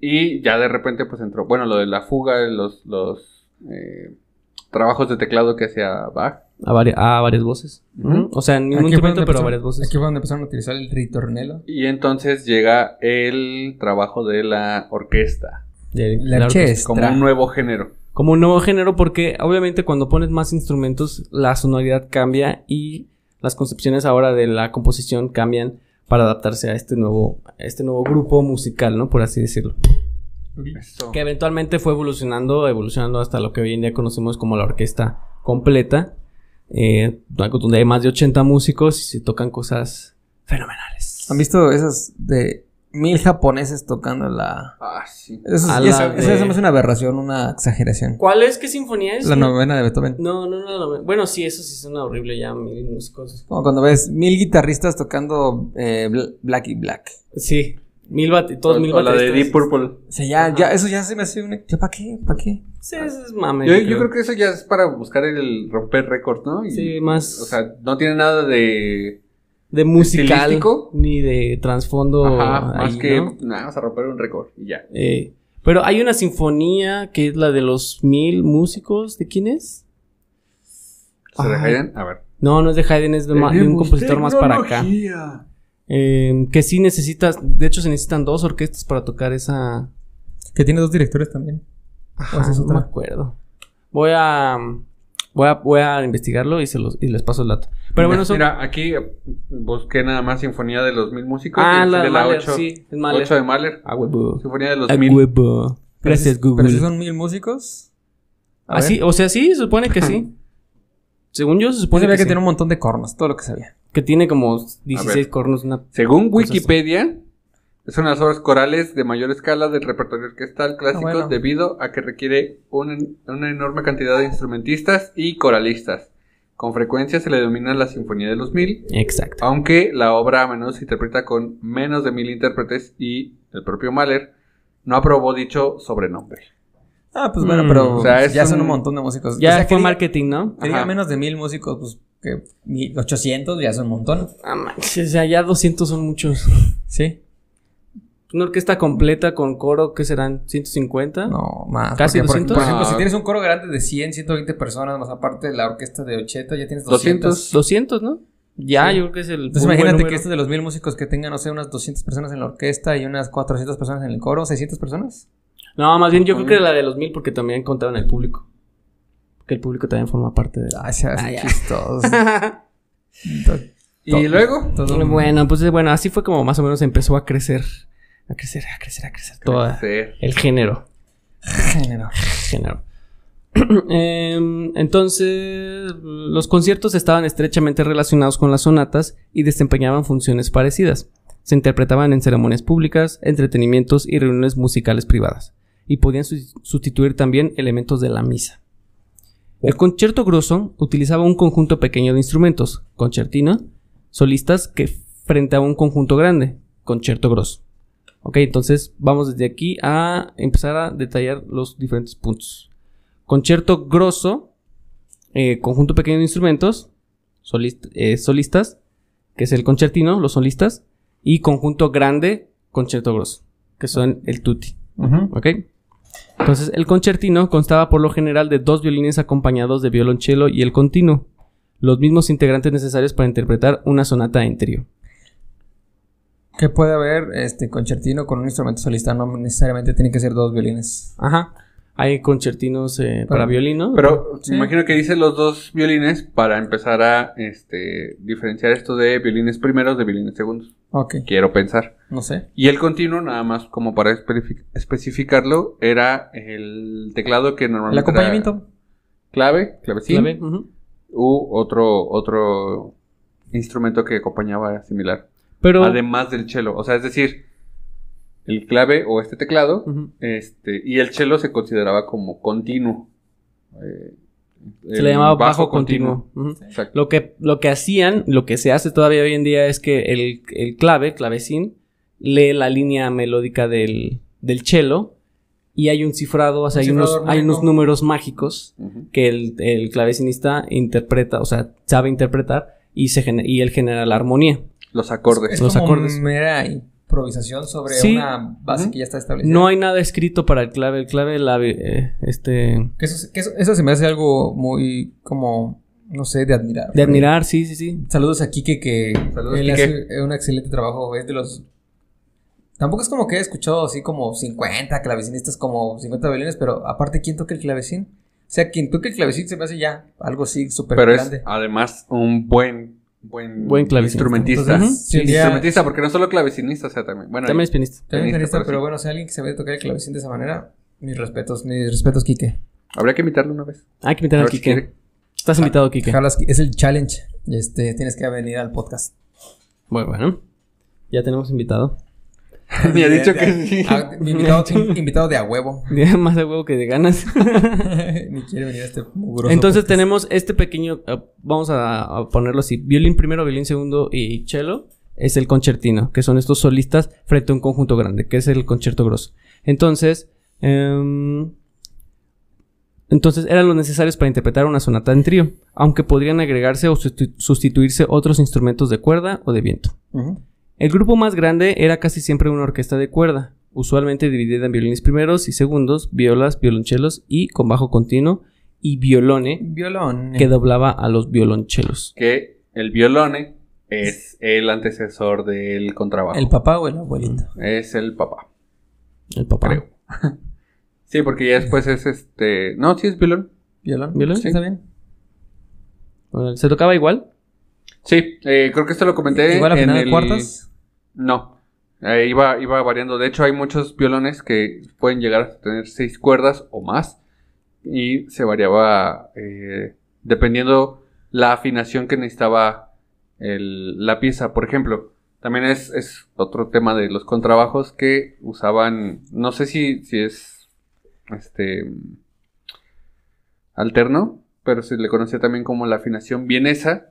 Speaker 1: y ya de repente pues entró, bueno, lo de la fuga, los, los eh, trabajos de teclado que hacía Bach.
Speaker 4: a, vari- a varias voces.
Speaker 1: Ujú.
Speaker 4: Ujú. O sea, en ningún
Speaker 3: Aquí fue donde
Speaker 4: instrumento, pero a
Speaker 3: empezaron-
Speaker 4: varias voces.
Speaker 3: Aquí fue donde empezaron a utilizar el ritornelo.
Speaker 1: Y entonces llega el trabajo de la orquesta,
Speaker 4: De-
Speaker 3: La
Speaker 4: la orquesta.
Speaker 3: orquesta.
Speaker 1: como un nuevo género.
Speaker 4: como un nuevo género porque obviamente cuando pones más instrumentos la sonoridad cambia y las concepciones ahora de la composición cambian para adaptarse a este nuevo, a este nuevo grupo musical, ¿no? Por así decirlo.
Speaker 1: Eso.
Speaker 4: Que eventualmente fue evolucionando, evolucionando hasta lo que hoy en día conocemos como la orquesta completa, eh, donde hay más de 80 músicos y se tocan cosas fenomenales.
Speaker 3: ¿Han visto esas de mil japoneses tocando la...
Speaker 1: Ah, sí.
Speaker 3: Eso,
Speaker 4: A
Speaker 3: es- y eso-
Speaker 4: la
Speaker 3: eso
Speaker 4: de-
Speaker 3: se me hace una aberración, una exageración.
Speaker 4: ¿Cuál es? ¿Qué sinfonía es?
Speaker 3: La novena de Beethoven.
Speaker 4: No, no, no, no. Bueno, sí, eso sí suena horrible ya, mil músicos.
Speaker 3: Como cuando ves mil guitarristas tocando eh, Bl- Black y Black.
Speaker 4: Sí, mil bati- todos
Speaker 1: O-
Speaker 4: mil
Speaker 1: o la de
Speaker 4: bateristas.
Speaker 1: Deep Purple.
Speaker 3: O sea, ya,
Speaker 4: Ajá.
Speaker 3: ya, eso ya se me hace una... ¿Ya para qué? ¿Para qué?
Speaker 4: Sí, eso es mame.
Speaker 1: Yo, yo creo que eso ya es para buscar el romper récord, ¿no? Y,
Speaker 4: Sí, más
Speaker 1: O sea, no tiene nada de.
Speaker 4: de musical
Speaker 1: estilístico.
Speaker 4: ni de trasfondo.
Speaker 1: Ajá, más
Speaker 4: Oh, ahí,
Speaker 1: que.
Speaker 4: ¿no?
Speaker 1: Nada, vas a romper un récord y ya.
Speaker 4: Eh, pero hay una sinfonía que es la de los mil músicos. ¿De quién es?
Speaker 1: ¿Se
Speaker 4: Ay.
Speaker 1: dejarían? A ver.
Speaker 4: No, no es de Haydn, es de, ma- de un compositor más para acá. Eh, que sí necesitas, de hecho se necesitan dos orquestas para tocar esa...
Speaker 3: Que tiene dos directores también.
Speaker 4: Ajá,
Speaker 3: esa es
Speaker 4: no me
Speaker 3: otra.
Speaker 4: acuerdo. Voy a, voy a... Voy a investigarlo y, se los, y les paso el dato. Pero bueno, son...
Speaker 1: Mira, aquí eh, busqué nada más Sinfonía de los Mil Músicos.
Speaker 4: ah,
Speaker 1: y
Speaker 4: la de
Speaker 1: sale la
Speaker 4: Mahler,
Speaker 1: 8,
Speaker 4: sí, es Mahler.
Speaker 1: de Mahler.
Speaker 4: A huevo.
Speaker 1: Sinfonía de los
Speaker 4: A
Speaker 1: Mil.
Speaker 4: huevo. Gracias, Google.
Speaker 3: Pero si son mil músicos... A
Speaker 4: Así,
Speaker 3: ver.
Speaker 4: o sea, sí, se supone que sí. Según yo, se
Speaker 3: Yo
Speaker 4: supone
Speaker 3: sabía
Speaker 4: que,
Speaker 3: que
Speaker 4: sí.
Speaker 3: tiene un montón de cornos, todo lo que sabía.
Speaker 4: que tiene como 16 cornos. Una...
Speaker 1: Según
Speaker 4: Pues eso.
Speaker 1: Wikipedia, son las obras corales de mayor escala del repertorio orquestal clásico
Speaker 3: Ah, bueno.
Speaker 1: debido a que requiere una, una enorme cantidad de instrumentistas y coralistas. Con frecuencia se le denomina la Sinfonía de los Mil,
Speaker 4: Exacto.
Speaker 1: aunque la obra a menudo se interpreta con menos de mil intérpretes y el propio Mahler no aprobó dicho sobrenombre.
Speaker 3: Ah, pues bueno,
Speaker 4: Mm.
Speaker 3: pero
Speaker 1: O sea, es
Speaker 3: ya son
Speaker 1: un-
Speaker 3: un montón de músicos.
Speaker 4: Ya
Speaker 3: O sea, que
Speaker 4: fue
Speaker 3: diga-
Speaker 4: marketing, ¿no?
Speaker 3: Que diga
Speaker 1: Ajá.
Speaker 3: menos de mil músicos, pues que mil 800 ya son un montón.
Speaker 4: Ah, manches, o sea, ya 200 son muchos.
Speaker 3: Sí.
Speaker 4: Una orquesta completa con coro, que serán? ¿150?
Speaker 3: No, más.
Speaker 4: ¿Casi
Speaker 3: Porque, por-
Speaker 4: 200?
Speaker 3: Por, ejemplo,
Speaker 1: Ah.
Speaker 3: si tienes un coro grande de 100, 120 personas, más aparte de la orquesta de 80, ya tienes 200.
Speaker 1: 200.
Speaker 4: 200, ¿no? Ya,
Speaker 3: Sí.
Speaker 4: yo creo que es el.
Speaker 3: Entonces
Speaker 4: muy buen
Speaker 3: imagínate
Speaker 4: número.
Speaker 3: que estos de los mil músicos que tengan, no sé, unas 200 personas en la orquesta y unas 400 personas en el coro, 600 personas.
Speaker 4: No, más bien yo creo que la de los 1000 porque también contaban el público. Que el público también forma parte de.
Speaker 3: Ay, se
Speaker 4: Ah, ya.
Speaker 3: chistosos.
Speaker 1: Y luego,
Speaker 3: Todo
Speaker 4: Muy Bueno, pues bueno, así fue como más o menos empezó a crecer. A crecer, a crecer, a crecer. Todo
Speaker 1: Sí.
Speaker 4: el género.
Speaker 3: género.
Speaker 4: género. Em, entonces, los conciertos estaban estrechamente relacionados con las sonatas y desempeñaban funciones parecidas. Se interpretaban en ceremonias públicas, entretenimientos y reuniones musicales privadas, y podían sus- sustituir también elementos de la misa. El concierto grosso utilizaba un conjunto pequeño de instrumentos, concertino, solistas, que frente a un conjunto grande, concierto grosso. Ok, entonces vamos desde aquí a empezar a detallar los diferentes puntos. Concierto grosso, eh, conjunto pequeño de instrumentos, solist- eh, solistas, que es el concertino, los solistas, y conjunto grande, concierto grosso, que son el tutti. Ok. Entonces, el concertino constaba por lo general de dos violines acompañados de violonchelo y el continuo, los mismos integrantes necesarios para interpretar una sonata en trío.
Speaker 3: Que puede haber este concertino con un instrumento solista, no necesariamente tiene que ser dos violines.
Speaker 4: Ajá. Hay concertinos eh, para
Speaker 3: Pero-
Speaker 4: violino.
Speaker 1: Pero
Speaker 3: Sí.
Speaker 1: me imagino que dice los dos violines para empezar a este, diferenciar esto de violines primeros de violines segundos.
Speaker 3: Ok,
Speaker 1: Quiero pensar.
Speaker 3: no sé.
Speaker 1: Y el continuo, nada más como para espe- especificarlo, era el teclado que
Speaker 3: El
Speaker 1: normalmente. era
Speaker 3: acompañamiento.
Speaker 1: clave, clavecín.
Speaker 4: Clave, ujú.
Speaker 1: U otro, otro instrumento que acompañaba similar.
Speaker 4: Pero
Speaker 1: Además del cello. O sea, es decir, el clave o este teclado.
Speaker 4: Ujú.
Speaker 1: Este, y el cello se consideraba como continuo. Eh,
Speaker 4: se
Speaker 1: el
Speaker 4: le llamaba bajo, continuo. Ujú.
Speaker 1: Exacto.
Speaker 4: Lo que, lo que hacían, lo que se hace todavía hoy en día es que el, el clave, clavecín, lee la línea melódica del, del cello y hay un cifrado, o sea,
Speaker 3: Un
Speaker 4: hay, unos,
Speaker 3: cifrado
Speaker 4: hay unos
Speaker 3: armónico.
Speaker 4: números mágicos
Speaker 1: Ujú.
Speaker 4: que el, el clavecinista interpreta, o sea, sabe interpretar y, se gene- y él genera la armonía.
Speaker 1: Los acordes.
Speaker 3: Es
Speaker 4: Los
Speaker 3: como
Speaker 4: acordes.
Speaker 3: mera improvisación sobre
Speaker 4: Sí.
Speaker 3: una base que ya está establecida.
Speaker 4: No hay nada escrito para el clave, el clave, la, eh, este,
Speaker 3: Que eso, que eso, eso se me hace algo muy como, no sé, de admirar.
Speaker 4: de admirar, sí, sí, sí.
Speaker 3: Saludos a Kike que
Speaker 1: Saludos,
Speaker 3: él
Speaker 1: Quique.
Speaker 3: hace un excelente trabajo. Es de los... Tampoco es como que he escuchado así como 50 clavecinistas, como 50 violines, pero aparte, ¿quién toca el clavecín? O sea, quien toca el clavecín se me hace ya algo así súper
Speaker 1: Pero es
Speaker 3: grande.
Speaker 1: además un buen buen,
Speaker 2: Buen clavecinista.
Speaker 1: instrumentista.
Speaker 3: Entonces, sí, sería-
Speaker 1: Instrumentista, porque no solo clavecinista, o sea, también. Bueno,
Speaker 2: También es pianista.
Speaker 3: También
Speaker 1: Pianista,
Speaker 3: pianista,
Speaker 1: pero
Speaker 3: pero
Speaker 1: sí.
Speaker 3: bueno, si alguien que se vaya a tocar el clavecín de esa manera, mis respetos, mis respetos, Kike.
Speaker 1: habría que invitarlo una vez.
Speaker 4: Ah,
Speaker 2: Hay
Speaker 1: A
Speaker 2: que invitar a
Speaker 1: ver si
Speaker 2: Kike.
Speaker 1: quiere.
Speaker 2: Estás invitado, Kike.
Speaker 3: Jalas, es el challenge. y Este, tienes que venir al podcast.
Speaker 2: Bueno, bueno. Ya tenemos invitado.
Speaker 1: Me ha dicho que sí.
Speaker 3: Ah, invitado, in- invitado de a huevo.
Speaker 2: Más de huevo que de ganas.
Speaker 3: Ni quiere venir a este mugroso.
Speaker 2: Entonces tenemos este pequeño, eh, vamos a, a ponerlo así, violín primero, violín segundo y cello es el concertino, que son estos solistas frente a un conjunto grande, que es el concierto grosso. Entonces, em, entonces eran los necesarios para interpretar una sonata en trío, aunque podrían agregarse o sustitu- sustituirse otros instrumentos de cuerda o de viento.
Speaker 3: Ujú.
Speaker 2: El grupo más grande era casi siempre una orquesta de cuerda, usualmente dividida en violines primeros y segundos, violas, violonchelos y con bajo continuo y violone
Speaker 3: Violón. eh.
Speaker 2: que doblaba a los violonchelos.
Speaker 1: Que el violone es el antecesor del contrabajo.
Speaker 3: El papá o el abuelito.
Speaker 1: es el papá,
Speaker 2: El papá.
Speaker 1: creo. sí, porque ya después es este. No, sí es violón.
Speaker 3: Violón.
Speaker 2: ¿Violón?
Speaker 3: ¿Está bien?
Speaker 2: Bueno, ¿Se tocaba igual?
Speaker 1: Sí, eh, creo que esto lo comenté.
Speaker 3: Igual a
Speaker 1: en
Speaker 3: final de
Speaker 1: el-
Speaker 3: cuartos.
Speaker 1: No. Eh, iba, iba variando. De hecho, hay muchos violones que pueden llegar a tener seis cuerdas o más. Y se variaba eh, dependiendo la afinación que necesitaba el- la pieza. Por ejemplo, también es, es otro tema de los contrabajos que usaban. No sé si, si es este alterno, pero se le conocía también como la afinación vienesa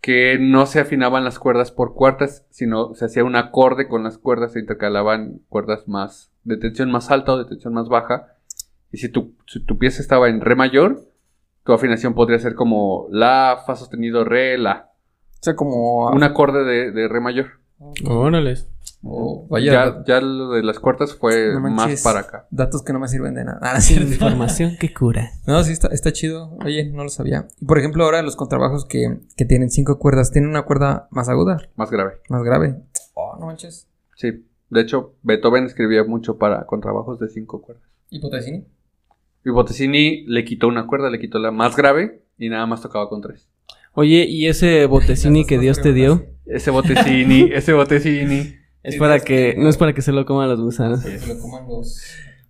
Speaker 1: que no se afinaban las cuerdas por cuartas, sino se hacía un acorde con las cuerdas, se intercalaban cuerdas más de tensión más alta o de tensión más baja. Y si tu, si tu pieza estaba en re mayor, tu afinación podría ser como la, fa sostenido, re, la.
Speaker 3: O sea, como.
Speaker 1: Un acorde de, de re mayor.
Speaker 2: Órale.
Speaker 3: Oh, vaya.
Speaker 1: Ya, ya lo de las cuartas fue
Speaker 3: No
Speaker 1: más
Speaker 3: manches.
Speaker 1: para acá.
Speaker 3: Datos que no me sirven de nada. Ah, no es cierto.
Speaker 2: Información que cura.
Speaker 3: No, sí, está, está chido. Oye, no lo sabía. Y por ejemplo, ahora los contrabajos que, que tienen cinco cuerdas, ¿tienen una cuerda más aguda?
Speaker 1: Más grave.
Speaker 3: Más grave. Oh, no manches.
Speaker 1: Sí. De hecho, Beethoven escribía mucho para contrabajos de cinco cuerdas.
Speaker 3: ¿Y potosini?
Speaker 1: Y Bottesini le quitó una cuerda, le quitó la más grave y nada más tocaba con tres.
Speaker 2: Oye, ¿y ese botecini
Speaker 3: Las
Speaker 2: que
Speaker 3: dos
Speaker 2: Dios te dio?
Speaker 3: preguntas.
Speaker 1: Ese Bottesini, ese Bottesini.
Speaker 2: Es para que, no es para que se lo coman los gusanos.
Speaker 3: Que se lo coman los-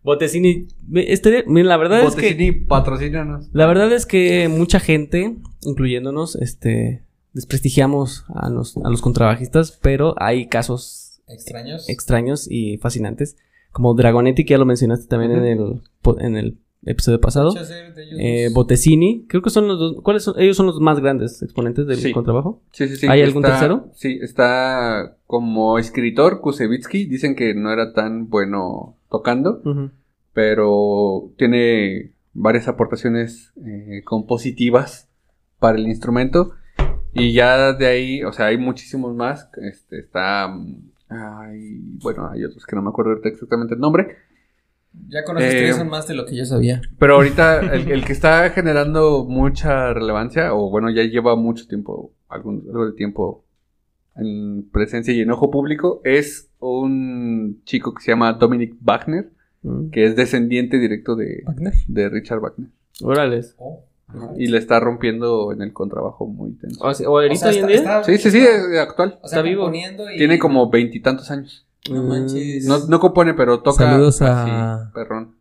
Speaker 2: Botecini, este, mira, la verdad es que...
Speaker 1: Botecini, patrocínanos.
Speaker 2: La verdad es que mucha gente, incluyéndonos, este, desprestigiamos a los, a los contrabajistas, pero hay casos
Speaker 3: extraños.
Speaker 2: extraños y fascinantes, como Dragonetti, que ya lo mencionaste también en, el, po- en el episodio pasado.
Speaker 3: Muchos de ellos.
Speaker 2: Eh, Botesini, creo que son los dos, ¿cuáles son? Ellos son los más grandes exponentes del
Speaker 1: Sí.
Speaker 2: contrabajo.
Speaker 1: Sí, sí, sí.
Speaker 2: ¿Hay algún tercero?
Speaker 1: Sí, está como escritor Kusevitsky. Dicen que no era tan bueno tocando, pero tiene varias aportaciones eh, compositivas para el instrumento. Y ya de ahí, o sea, hay muchísimos más. Este, está... mm, ay, bueno, hay otros que no me acuerdo ahorita exactamente el nombre.
Speaker 3: ya conoces
Speaker 1: eh,
Speaker 3: tres son más de lo que yo sabía.
Speaker 1: Pero ahorita el, el que está generando mucha relevancia, o bueno, ya lleva mucho tiempo, algún, algo de tiempo en presencia y en ojo público, es un chico que se llama Dominic Wagner,
Speaker 2: Mm.
Speaker 1: que es descendiente directo de,
Speaker 3: Wagner.
Speaker 1: de Richard Wagner.
Speaker 2: Órales.
Speaker 3: Oh.
Speaker 1: Y le está rompiendo en el contrabajo muy tenso.
Speaker 2: O sea, ¿o ahorita,
Speaker 3: O sea,
Speaker 2: hoy en
Speaker 3: está-
Speaker 2: día.
Speaker 3: está-
Speaker 1: Sí, sí, sí, es actual.
Speaker 3: o sea,
Speaker 2: está vivo.
Speaker 3: componiendo y-
Speaker 1: Tiene como veintitantos años.
Speaker 2: Mm,
Speaker 3: No manches.
Speaker 1: No, no compone, pero toca.
Speaker 3: Saludos a-
Speaker 1: así, perrón.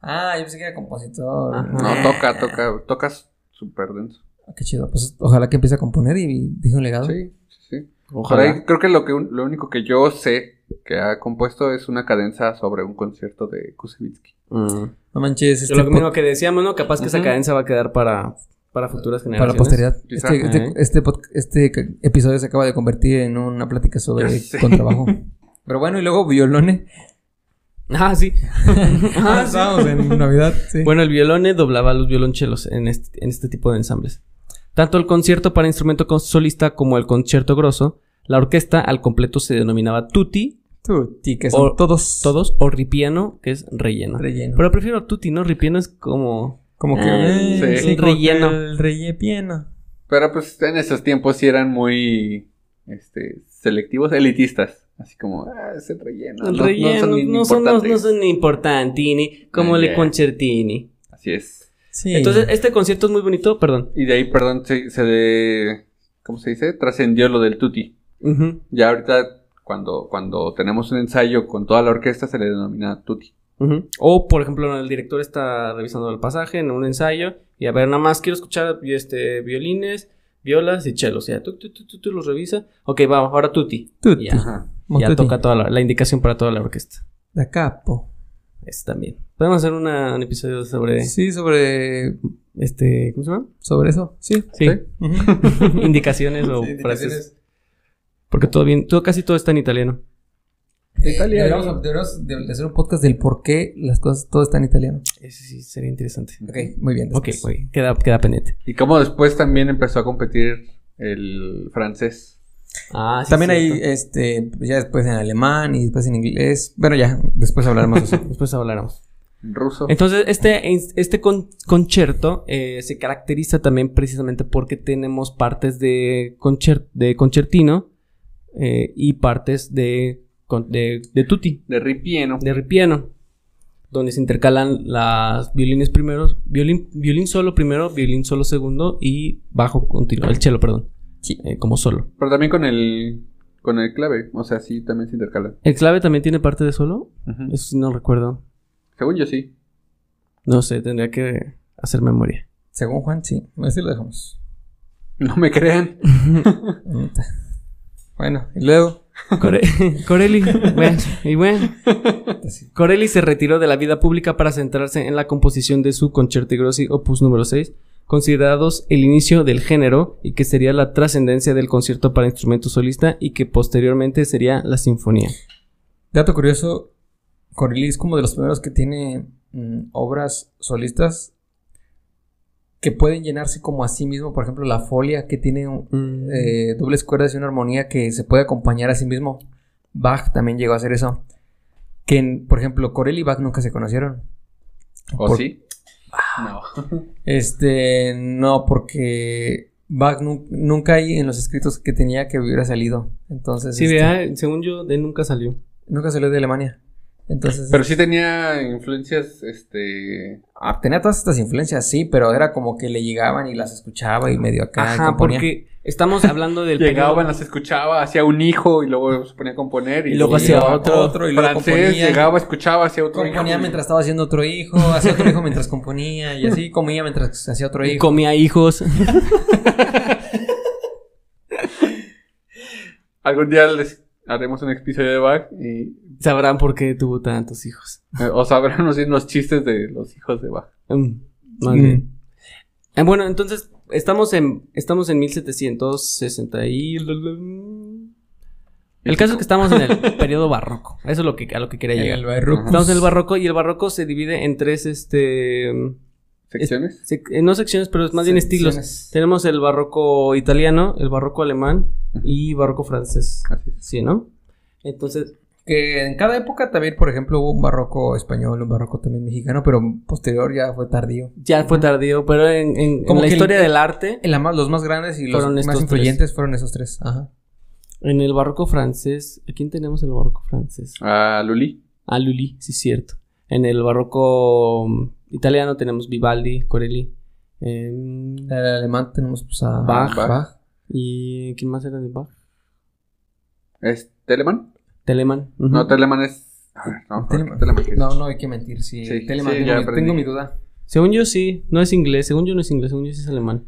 Speaker 3: Ah, yo pensé que era compositor.
Speaker 2: Ajá.
Speaker 1: No, toca, toca, toca súper denso.
Speaker 3: Ah, Qué chido. Pues ojalá que empiece a componer y, y deje un legado.
Speaker 1: Sí, sí, sí. Por
Speaker 2: Ojalá.
Speaker 1: ahí creo que lo, que un- lo único que yo sé que ha compuesto es una cadenza sobre un concierto de Kusevitsky.
Speaker 2: Mm.
Speaker 3: No manches.
Speaker 2: Yo
Speaker 3: Este
Speaker 2: lo
Speaker 3: pod-
Speaker 2: mismo que decíamos, ¿no? Capaz que esa
Speaker 1: Ujú.
Speaker 2: cadencia va a quedar para, para futuras
Speaker 3: Para la
Speaker 2: generaciones.
Speaker 3: posteridad.
Speaker 1: Quizá.
Speaker 3: Este, este,
Speaker 2: Ajá.
Speaker 3: este pod- este ca- episodio se acaba de convertir en una plática sobre
Speaker 1: Ya sé.
Speaker 3: contrabajo. Pero bueno, y luego violone.
Speaker 2: Ah, sí.
Speaker 3: Ah, estábamos en Navidad. Sí.
Speaker 2: Bueno, el violone doblaba los violonchelos en este, en este tipo de ensambles. Tanto el concierto para instrumento con- solista como el concierto grosso, la orquesta al completo se denominaba tutti,
Speaker 3: Tutti, que son
Speaker 2: O-
Speaker 3: todos,
Speaker 2: todos, o ripiano, que es relleno.
Speaker 3: relleno.
Speaker 2: Pero prefiero tutti, ¿no? Ripiano es como...
Speaker 3: como que
Speaker 1: Ah,
Speaker 3: eh,
Speaker 1: sí.
Speaker 3: sí, como
Speaker 2: Relleno.
Speaker 3: que El relleno.
Speaker 1: Pero pues en esos tiempos sí eran muy este, selectivos, elitistas. Así como, ah, es el relleno.
Speaker 2: el
Speaker 1: no- no
Speaker 2: relleno,
Speaker 1: son
Speaker 2: no,
Speaker 1: ni
Speaker 2: son, no,
Speaker 1: importantes.
Speaker 2: no son ni importantini, como
Speaker 1: Ah,
Speaker 2: le
Speaker 1: ya.
Speaker 2: concertini.
Speaker 1: Así es.
Speaker 3: Sí.
Speaker 2: Entonces, este concierto es muy bonito, perdón.
Speaker 1: Y de ahí, perdón, se, se de- ¿cómo se dice? Trascendió lo del tutti.
Speaker 2: Ujú,
Speaker 1: Ya ahorita, cuando, cuando tenemos un ensayo con toda la orquesta, se le denomina tutti.
Speaker 2: ujú. O, por ejemplo, el director está revisando el pasaje en un ensayo y a ver, nada más quiero escuchar este, violines, violas y chelos. Ya, tú, tú, tú, tú, tú, los revisa. Ok, vamos, ahora tutti.
Speaker 3: Tutti.
Speaker 2: Ya,
Speaker 1: Ajá.
Speaker 2: ya
Speaker 3: Montuti.
Speaker 2: toca toda la, la indicación para toda la orquesta.
Speaker 3: Da capo.
Speaker 2: Ese también. Podemos hacer una- un episodio sobre
Speaker 3: Sí, sobre.
Speaker 2: este, ¿cómo se llama?
Speaker 3: Sobre eso. Sí.
Speaker 2: Sí. indicaciones o
Speaker 7: Sí, indicaciones.
Speaker 2: frases. Porque todo bien, todo casi todo está en italiano.
Speaker 3: De Italia. Deberíamos, deberíamos de- de hacer un podcast del por qué las cosas todo está en italiano.
Speaker 2: Eso sí sería interesante.
Speaker 3: Ok, muy bien.
Speaker 2: Ok,
Speaker 3: después.
Speaker 2: muy bien. Queda, queda pendiente.
Speaker 1: Y como después también empezó a competir el francés.
Speaker 2: Ah,
Speaker 3: También hay, este, ya después en alemán y después en inglés. Bueno, ya, después hablaremos de eso.
Speaker 2: Después habláramos.
Speaker 1: Ruso.
Speaker 2: Entonces, este, este con- concierto eh, se caracteriza también precisamente porque tenemos partes de, concer- de concertino eh, y partes de, con- de, de tutti.
Speaker 1: De ripieno.
Speaker 2: de ripiano, donde se intercalan las violines primeros, violín, violín solo primero, violín solo segundo y bajo continuo, el cello, perdón, eh, como solo.
Speaker 1: Pero también con el, con el clave. O sea, sí, también se intercala.
Speaker 2: ¿El clave también tiene parte de solo?
Speaker 1: Ujú.
Speaker 2: Eso sí no recuerdo.
Speaker 1: Según yo, sí.
Speaker 2: No sé, tendría que hacer memoria.
Speaker 3: Según Juan, sí. Así lo dejamos.
Speaker 1: No me crean.
Speaker 3: Neta. Bueno, y luego.
Speaker 2: Core- Corelli, bueno, y bueno. Corelli se retiró de la vida pública para centrarse en la composición de su Concerti Grossi Opus número 6, considerados el inicio del género y que sería la trascendencia del concierto para instrumento solista y que posteriormente sería la sinfonía.
Speaker 3: Dato curioso, Corelli es como de los primeros que tiene mm, obras solistas que pueden llenarse como a sí mismo. Por ejemplo, la folia que tiene un- eh, dobles cuerdas y una armonía que se puede acompañar a sí mismo. Bach también llegó a hacer eso. Que, en- por ejemplo, Corelli y Bach nunca se conocieron.
Speaker 1: ¿O
Speaker 3: Por- Ah.
Speaker 1: sí? No.
Speaker 3: Este, no, porque Bach nu- nunca hay en los escritos que tenía que hubiera salido. Entonces,
Speaker 2: Sí,
Speaker 3: este,
Speaker 2: vea, según yo, de nunca salió.
Speaker 3: nunca salió de Alemania. Entonces,
Speaker 1: Pero sí tenía influencias, este...
Speaker 3: Ah, tenía todas estas influencias, sí, pero era como que le llegaban y las escuchaba y medio acá. y
Speaker 2: Ajá,
Speaker 3: componía.
Speaker 2: porque estamos hablando del
Speaker 1: Llegaban,
Speaker 2: periodo-
Speaker 1: las escuchaba, hacía un hijo y luego se ponía a componer. Y,
Speaker 2: Y luego
Speaker 1: y
Speaker 2: hacía
Speaker 1: llegaba
Speaker 2: otro,
Speaker 3: otro, y luego
Speaker 1: francés,
Speaker 3: componía.
Speaker 1: llegaba, escuchaba, hacía otro
Speaker 3: Componía
Speaker 1: hijo.
Speaker 3: mientras estaba haciendo otro hijo, hacía otro hijo mientras componía y así comía mientras hacía otro
Speaker 2: y
Speaker 3: hijo.
Speaker 2: comía hijos.
Speaker 1: Algún día les haremos un episodio de Bach y...
Speaker 2: Sabrán por qué tuvo tantos hijos.
Speaker 1: eh, o sabrán así, los chistes de los hijos de Bach.
Speaker 2: Mm, más bien.
Speaker 3: Mm.
Speaker 2: Ah, Bueno, entonces estamos en estamos en 1760 y El caso es que estamos en el periodo barroco. Eso es lo que a lo que quería
Speaker 3: En el
Speaker 2: llegar.
Speaker 3: barroco.
Speaker 2: Estamos en el barroco y el barroco se divide en tres este
Speaker 1: ¿Secciones?
Speaker 2: sec- eh, no secciones, pero es más bien estilos.
Speaker 3: Secciones.
Speaker 2: Tenemos el barroco italiano, el barroco alemán y barroco francés.
Speaker 1: Así es.
Speaker 2: Sí, ¿no? Entonces,
Speaker 3: Que en cada época también, por ejemplo, hubo un barroco español, un barroco también mexicano, pero posterior ya fue tardío.
Speaker 2: ya fue tardío, pero en, en- en
Speaker 3: Como
Speaker 2: la
Speaker 3: que el-
Speaker 2: historia del arte,
Speaker 3: En la más- los más grandes y los
Speaker 2: Fueron
Speaker 3: más
Speaker 2: estos
Speaker 3: influyentes fueron esos tres. Ajá.
Speaker 2: en el barroco francés, ¿a quién tenemos en el barroco francés?
Speaker 1: Ah, Luli.
Speaker 2: Ah, Lully, sí es cierto. En el barroco mm, italiano tenemos Vivaldi, Corelli. em,
Speaker 3: En el alemán tenemos pues, a
Speaker 2: Bach.
Speaker 3: Bach.
Speaker 2: ¿Y quién más era de Bach?
Speaker 1: ¿Es Telemann?
Speaker 2: Telemann. ujú.
Speaker 1: No, Telemann es... A ver, no,
Speaker 3: Telemann.
Speaker 1: Telemann, ¿qué es?
Speaker 3: No, no hay que mentir. Sí,
Speaker 1: Sí,
Speaker 3: Telemann,
Speaker 1: sí,
Speaker 3: tengo,
Speaker 1: ya
Speaker 3: mi-
Speaker 1: aprendí.
Speaker 3: tengo mi duda.
Speaker 2: Según yo sí, no es inglés. Según yo no es inglés, según yo sí es alemán.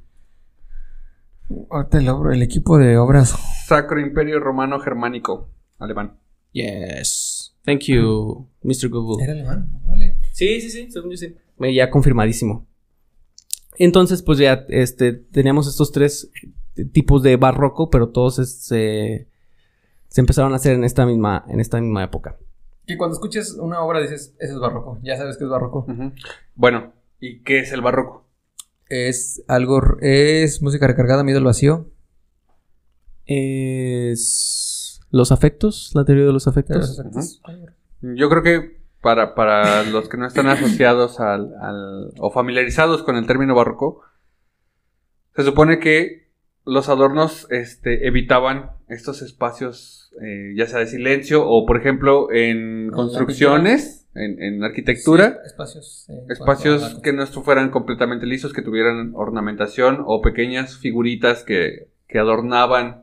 Speaker 3: Ahorita el, obra- el equipo de obras
Speaker 1: Sacro Imperio Romano Germánico. Alemán.
Speaker 2: Yes. Thank you, Mr. Google.
Speaker 3: ¿Era alemán? Vale.
Speaker 2: Sí, sí, sí, según yo sí. Eh, Ya confirmadísimo. Entonces, pues ya este, teníamos estos tres eh, tipos de barroco, pero todos es- se, se empezaron a hacer en esta misma, en esta misma época.
Speaker 3: Que cuando escuches una obra dices, eso es barroco, ya sabes que es barroco.
Speaker 1: Ujú. Bueno, ¿y qué es el barroco?
Speaker 3: Es algo, r- es música recargada, miedo al vacío.
Speaker 2: es los afectos, la teoría de los afectos.
Speaker 1: Yo creo que para, para los que no están asociados al, al- o familiarizados con el término barroco, se supone que los adornos este, evitaban estos espacios, eh, ya sea de silencio o, por ejemplo, en
Speaker 3: la
Speaker 1: construcciones, en, en arquitectura,
Speaker 3: espacios. eh,
Speaker 1: espacios
Speaker 3: cuando-
Speaker 1: que no fueran completamente lisos, que tuvieran ornamentación o pequeñas figuritas que que adornaban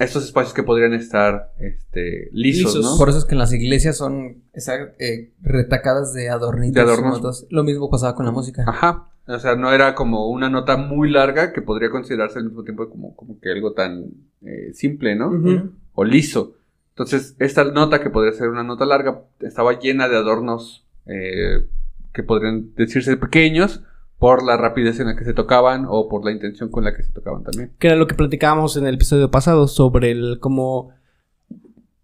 Speaker 1: estos espacios que podrían estar este, lisos,
Speaker 3: Lisos.
Speaker 1: ¿no?
Speaker 3: Por eso es que en las iglesias son esa- eh, retacadas de adornitos.
Speaker 1: De adornos.
Speaker 3: notas. Lo mismo pasaba con la música.
Speaker 1: Ajá. O sea, no era como una nota muy larga que podría considerarse al mismo tiempo como, como que algo tan eh, simple, ¿no?
Speaker 3: Ujú.
Speaker 1: O liso. Entonces, esta nota que podría ser una nota larga estaba llena de adornos eh, que podrían decirse pequeños por la rapidez en la que se tocaban o por la intención con la que se tocaban también.
Speaker 2: Que era lo que platicábamos en el episodio pasado sobre el cómo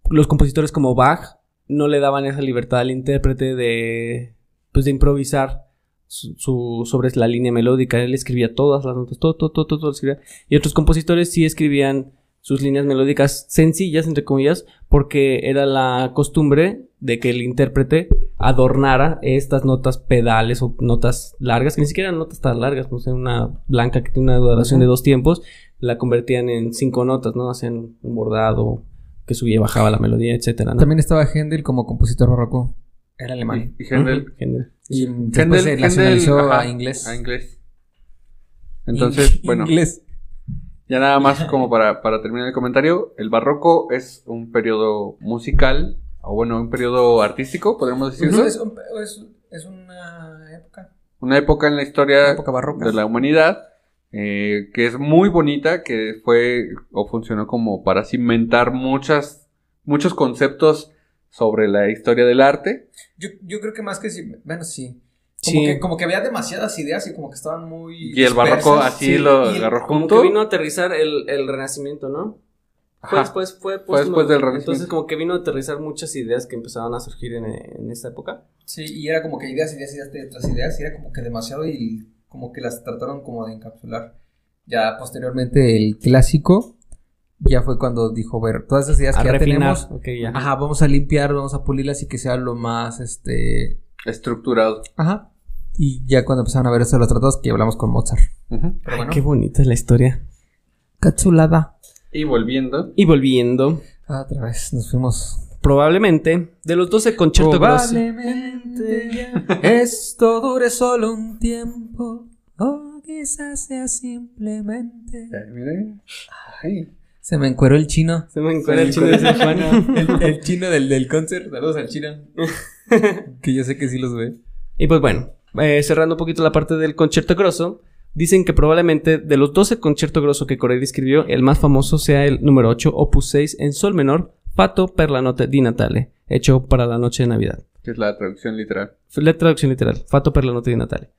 Speaker 2: los compositores como Bach no le daban esa libertad al intérprete de pues de improvisar su, su- sobre la línea melódica. Él escribía todas las notas, todo, todo, todo, todo, todo lo escribía. Y otros compositores sí escribían sus líneas melódicas sencillas, entre comillas, porque era la costumbre de que el intérprete adornara estas notas pedales o notas largas, que ni siquiera eran notas tan largas, no sé, una blanca que tiene una duración de dos tiempos, la convertían en cinco notas, ¿no? Hacían un bordado que subía y bajaba la melodía, etcétera, ¿no?
Speaker 3: También estaba Händel como compositor barroco. Era alemán.
Speaker 1: Y, y Händel-
Speaker 2: Ujú, Händel.
Speaker 3: Y después se
Speaker 1: Händel-
Speaker 3: nacionalizó
Speaker 1: Händel,
Speaker 3: a
Speaker 1: ajá,
Speaker 3: inglés.
Speaker 1: A inglés. Entonces, bueno.
Speaker 3: Inglés.
Speaker 1: Ya nada más como para, para terminar el comentario, el barroco es un periodo musical, o bueno, un periodo artístico, podríamos decir
Speaker 3: Ujú,
Speaker 1: eso.
Speaker 3: Es, un- es- es una época.
Speaker 1: Una época en la historia
Speaker 3: Una época barroca.
Speaker 1: de la humanidad eh, que es muy bonita, que fue o funcionó como para cimentar muchas, muchos conceptos sobre la historia del arte.
Speaker 3: Yo, yo creo que más que sí. Bueno, sí.
Speaker 2: Sí.
Speaker 3: Como que
Speaker 7: Como que había demasiadas ideas y como que estaban muy.
Speaker 1: Y el barroco
Speaker 7: dispersas.
Speaker 1: así lo
Speaker 7: Y el-
Speaker 1: agarró
Speaker 2: Como
Speaker 1: junto.
Speaker 2: que vino a aterrizar el, el renacimiento, ¿no? Fue
Speaker 1: Ajá.
Speaker 2: después, fue,
Speaker 1: Fue después
Speaker 2: póstumo.
Speaker 1: del Renacimiento.
Speaker 2: Entonces, como que vino a aterrizar muchas ideas que empezaban a surgir en, en esa época.
Speaker 7: Sí, y era como que ideas, ideas, ideas, tras ideas, y era como que demasiado y como que las trataron como de encapsular. Ya posteriormente.
Speaker 3: realmente el clásico ya fue cuando dijo, ver, todas esas ideas
Speaker 2: a
Speaker 3: que ya
Speaker 2: refinar.
Speaker 3: tenemos.
Speaker 2: Ok, ya.
Speaker 3: Ajá, vamos a limpiar, vamos a pulirlas y que sea lo más, este...
Speaker 1: Estructurado.
Speaker 3: Ajá. Y ya cuando empezaron a ver eso de los tratados, que hablamos con Mozart.
Speaker 1: Ujú.
Speaker 3: Pero
Speaker 2: Ay,
Speaker 3: bueno.
Speaker 2: qué bonita es la historia.
Speaker 3: Cachulada.
Speaker 1: Y volviendo.
Speaker 2: Y volviendo,
Speaker 3: Ah, Otra vez, nos fuimos.
Speaker 2: probablemente, de los 12 conciertos
Speaker 1: Oh,
Speaker 3: Probablemente esto dure solo un tiempo. O quizás sea simplemente...
Speaker 1: Ay, mire. Ay.
Speaker 3: Se me encueró el chino.
Speaker 2: Se me encuentra el chino de San Juan.
Speaker 3: El, el chino del, del concert. Saludos al chino. que yo sé que sí los ve.
Speaker 2: Y pues bueno, eh, cerrando un poquito la parte del concierto grosso, dicen que probablemente de los 12 conciertos grosso que Corelli escribió, el más famoso sea el número 8, opus 6 en sol menor, Fato per la notte di Natale, hecho para la noche de Navidad.
Speaker 1: Que es la traducción literal.
Speaker 2: La traducción literal, Fato per la notte di Natale.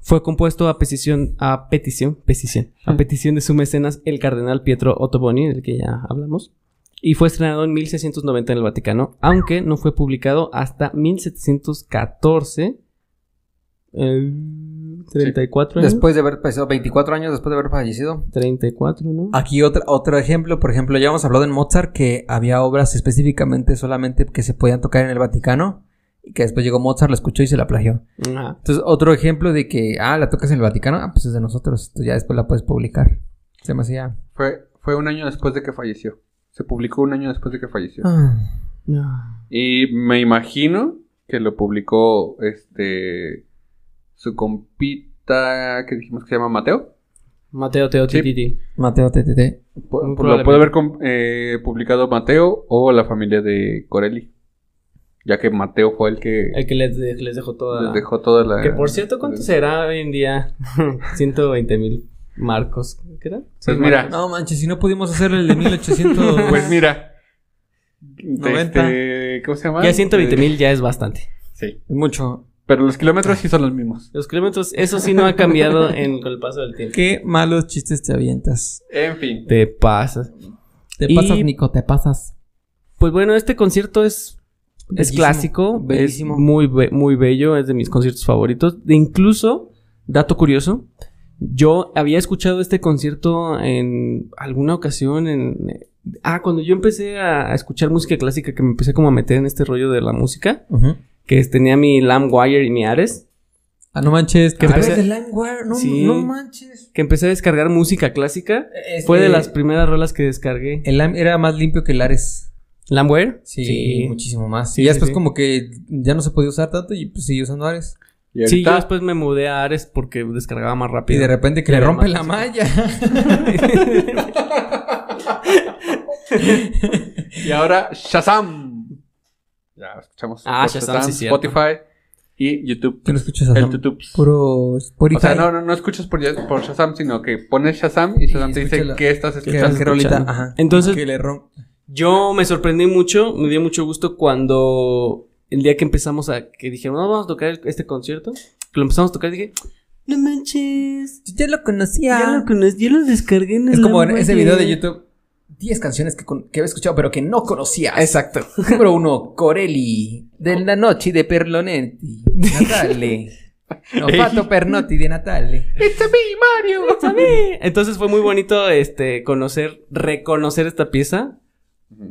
Speaker 2: Fue compuesto a petición, a petición, petición, a petición de su mecenas el cardenal Pietro Ottoboni, del que ya hablamos, y fue estrenado en 1690 en el Vaticano, aunque no fue publicado hasta 1714, eh, 34 años,
Speaker 3: Pues, Después de haber pasado 24 años, después de haber fallecido.
Speaker 2: 34, ¿no?
Speaker 1: Ah.
Speaker 3: Aquí otra, otro ejemplo, por ejemplo, ya hemos hablado en Mozart que había obras específicamente solamente que se podían tocar en el Vaticano y que después llegó Mozart, la escuchó y se la plagió.
Speaker 2: Ajá.
Speaker 3: Entonces, otro ejemplo de que, ah, la tocas en el Vaticano, ah, pues es de nosotros, tú ya después la puedes publicar. Se me hacía...
Speaker 1: Fue, fue un año después de que falleció. Se publicó un año después de que falleció.
Speaker 3: ah,
Speaker 2: Ah,
Speaker 1: Y me imagino que lo publicó este su compita que dijimos que se llama Mateo.
Speaker 2: Mateo Teo
Speaker 1: Sí.
Speaker 2: Tititi.
Speaker 3: Mateo TTT.
Speaker 1: Pu-
Speaker 2: Muy
Speaker 1: lo puede
Speaker 2: probablemente.
Speaker 1: haber com- eh, publicado Mateo o la familia de Corelli. Ya que Mateo fue el que
Speaker 2: El que les, de- les dejó toda...
Speaker 1: les dejó toda la.
Speaker 2: Que por
Speaker 3: pues,
Speaker 2: cierto, ¿cuánto será hoy en día? 120 mil marcos. ¿Qué era?
Speaker 1: Pues
Speaker 2: Sí,
Speaker 1: mira,
Speaker 3: No manches, si no pudimos hacer el de 1800...
Speaker 1: pues mira. de
Speaker 3: 90.
Speaker 1: este, ¿Cómo se llama?
Speaker 2: Ya 120
Speaker 1: Eh,
Speaker 2: mil ya es bastante.
Speaker 1: Sí.
Speaker 3: Mucho.
Speaker 1: Pero los kilómetros sí son los mismos.
Speaker 2: Los kilómetros, eso sí no ha cambiado en, con el paso del tiempo.
Speaker 3: Qué malos chistes te avientas.
Speaker 1: En fin.
Speaker 2: Te pasas.
Speaker 3: Te
Speaker 2: Y-
Speaker 3: pasas, Nico, te pasas.
Speaker 2: Pues bueno, este concierto es, es
Speaker 3: Bellísimo,
Speaker 2: clásico.
Speaker 3: bellísimo.
Speaker 2: Es muy, be- muy bello. Es de mis conciertos favoritos. De incluso, dato curioso. Yo había escuchado este concierto en alguna ocasión en... Ah, cuando yo empecé a a escuchar música clásica, que me empecé como a meter en este rollo de la música, que tenía mi Lamb Wire y mi Ares,
Speaker 3: Ah, no manches.
Speaker 2: Que
Speaker 3: Que
Speaker 2: empecé-
Speaker 3: de Langware, no,
Speaker 2: Sí.
Speaker 3: no manches.
Speaker 2: que empecé a descargar música clásica.
Speaker 3: Este,
Speaker 2: Fue de las primeras rolas que descargué.
Speaker 3: El LAM era más limpio que el Ares.
Speaker 2: ¿Lambware?
Speaker 3: Sí,
Speaker 2: Sí.
Speaker 3: muchísimo más.
Speaker 2: Sí,
Speaker 3: y ya
Speaker 2: sí,
Speaker 3: después
Speaker 2: sí.
Speaker 3: como que ya no se podía usar tanto y pues seguí usando Ares.
Speaker 1: Y ahorita,
Speaker 2: Sí, yo después me mudé a Ares porque descargaba más
Speaker 3: Y
Speaker 2: rápido.
Speaker 3: de repente que le
Speaker 2: Pero
Speaker 3: rompe
Speaker 2: más-
Speaker 3: la malla.
Speaker 1: y ahora Shazam. Ya escuchamos
Speaker 2: Ah,
Speaker 1: por
Speaker 2: Shazam, sí, cierto.
Speaker 1: Spotify y YouTube.
Speaker 3: ¿Qué no escuchas?
Speaker 1: El
Speaker 3: Adam?
Speaker 1: YouTube.
Speaker 3: Puro Spotify.
Speaker 1: O sea, no, no, no escuchas por, por Shazam, sino que pones Shazam y Shazam te dice
Speaker 3: escúchala.
Speaker 1: qué estás
Speaker 3: ¿Qué,
Speaker 1: escuchando.
Speaker 3: qué rolita?
Speaker 2: escuchando.
Speaker 3: Ajá.
Speaker 2: Entonces-
Speaker 3: Que le rompe.
Speaker 2: Yo me sorprendí mucho, me dio mucho gusto cuando el día que empezamos a que dijeron, no, vamos a tocar el- este concierto, que lo empezamos a tocar, dije, no manches,
Speaker 3: Yo ya lo conocía.
Speaker 2: ya lo conocí, yo lo descargué en
Speaker 3: Ah. Es
Speaker 2: el
Speaker 3: como en
Speaker 2: Lambo
Speaker 3: ese
Speaker 2: ayer".
Speaker 3: video de YouTube. 10 canciones que, con- que había escuchado, pero que no conocía. Exacto. Número 1, Corelli. De la noche de Perlonetti. Natale. No, Pato Pernotti de Natale.
Speaker 2: Entonces fue muy bonito este conocer, reconocer esta pieza,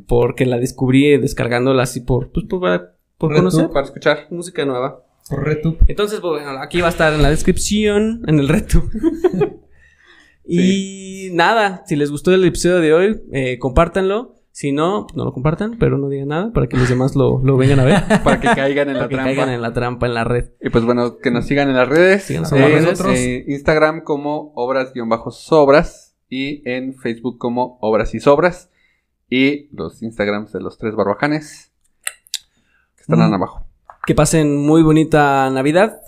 Speaker 2: porque la descubrí descargándola así por, pues, por, para- por
Speaker 1: Tú,
Speaker 2: conocer
Speaker 1: Para escuchar.
Speaker 2: música nueva.
Speaker 7: Por reto.
Speaker 2: Entonces, pues, bueno, aquí va a estar en la descripción, en el reto. y nada, si les gustó el episodio de hoy, eh, compártanlo. Si no, pues, no lo compartan, pero no digan nada para que los demás lo, lo vengan a ver.
Speaker 1: Para que caigan en la
Speaker 2: para que
Speaker 1: trampa.
Speaker 2: caigan en la trampa, en la red.
Speaker 1: Y pues bueno, que nos sigan en las redes.
Speaker 2: Síganos
Speaker 1: en
Speaker 2: en las redes.
Speaker 1: nosotros. eh, Instagram como obras-sobras y en Facebook como obras y sobras. Y los Instagrams de los tres barbajanes que estarán
Speaker 2: Mm.
Speaker 1: abajo.
Speaker 2: Que pasen muy bonita Navidad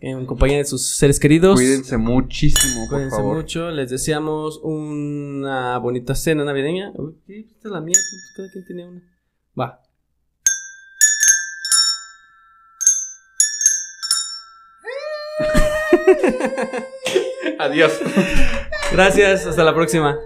Speaker 2: en compañía de sus seres queridos.
Speaker 1: Cuídense muchísimo, por
Speaker 2: Cuídense
Speaker 1: favor.
Speaker 2: mucho. Les deseamos una bonita cena navideña. Uy, ¿qué? Esta es la mía. tú- Cada quien tenía una. Va.
Speaker 1: Adiós.
Speaker 2: Gracias. Hasta la próxima.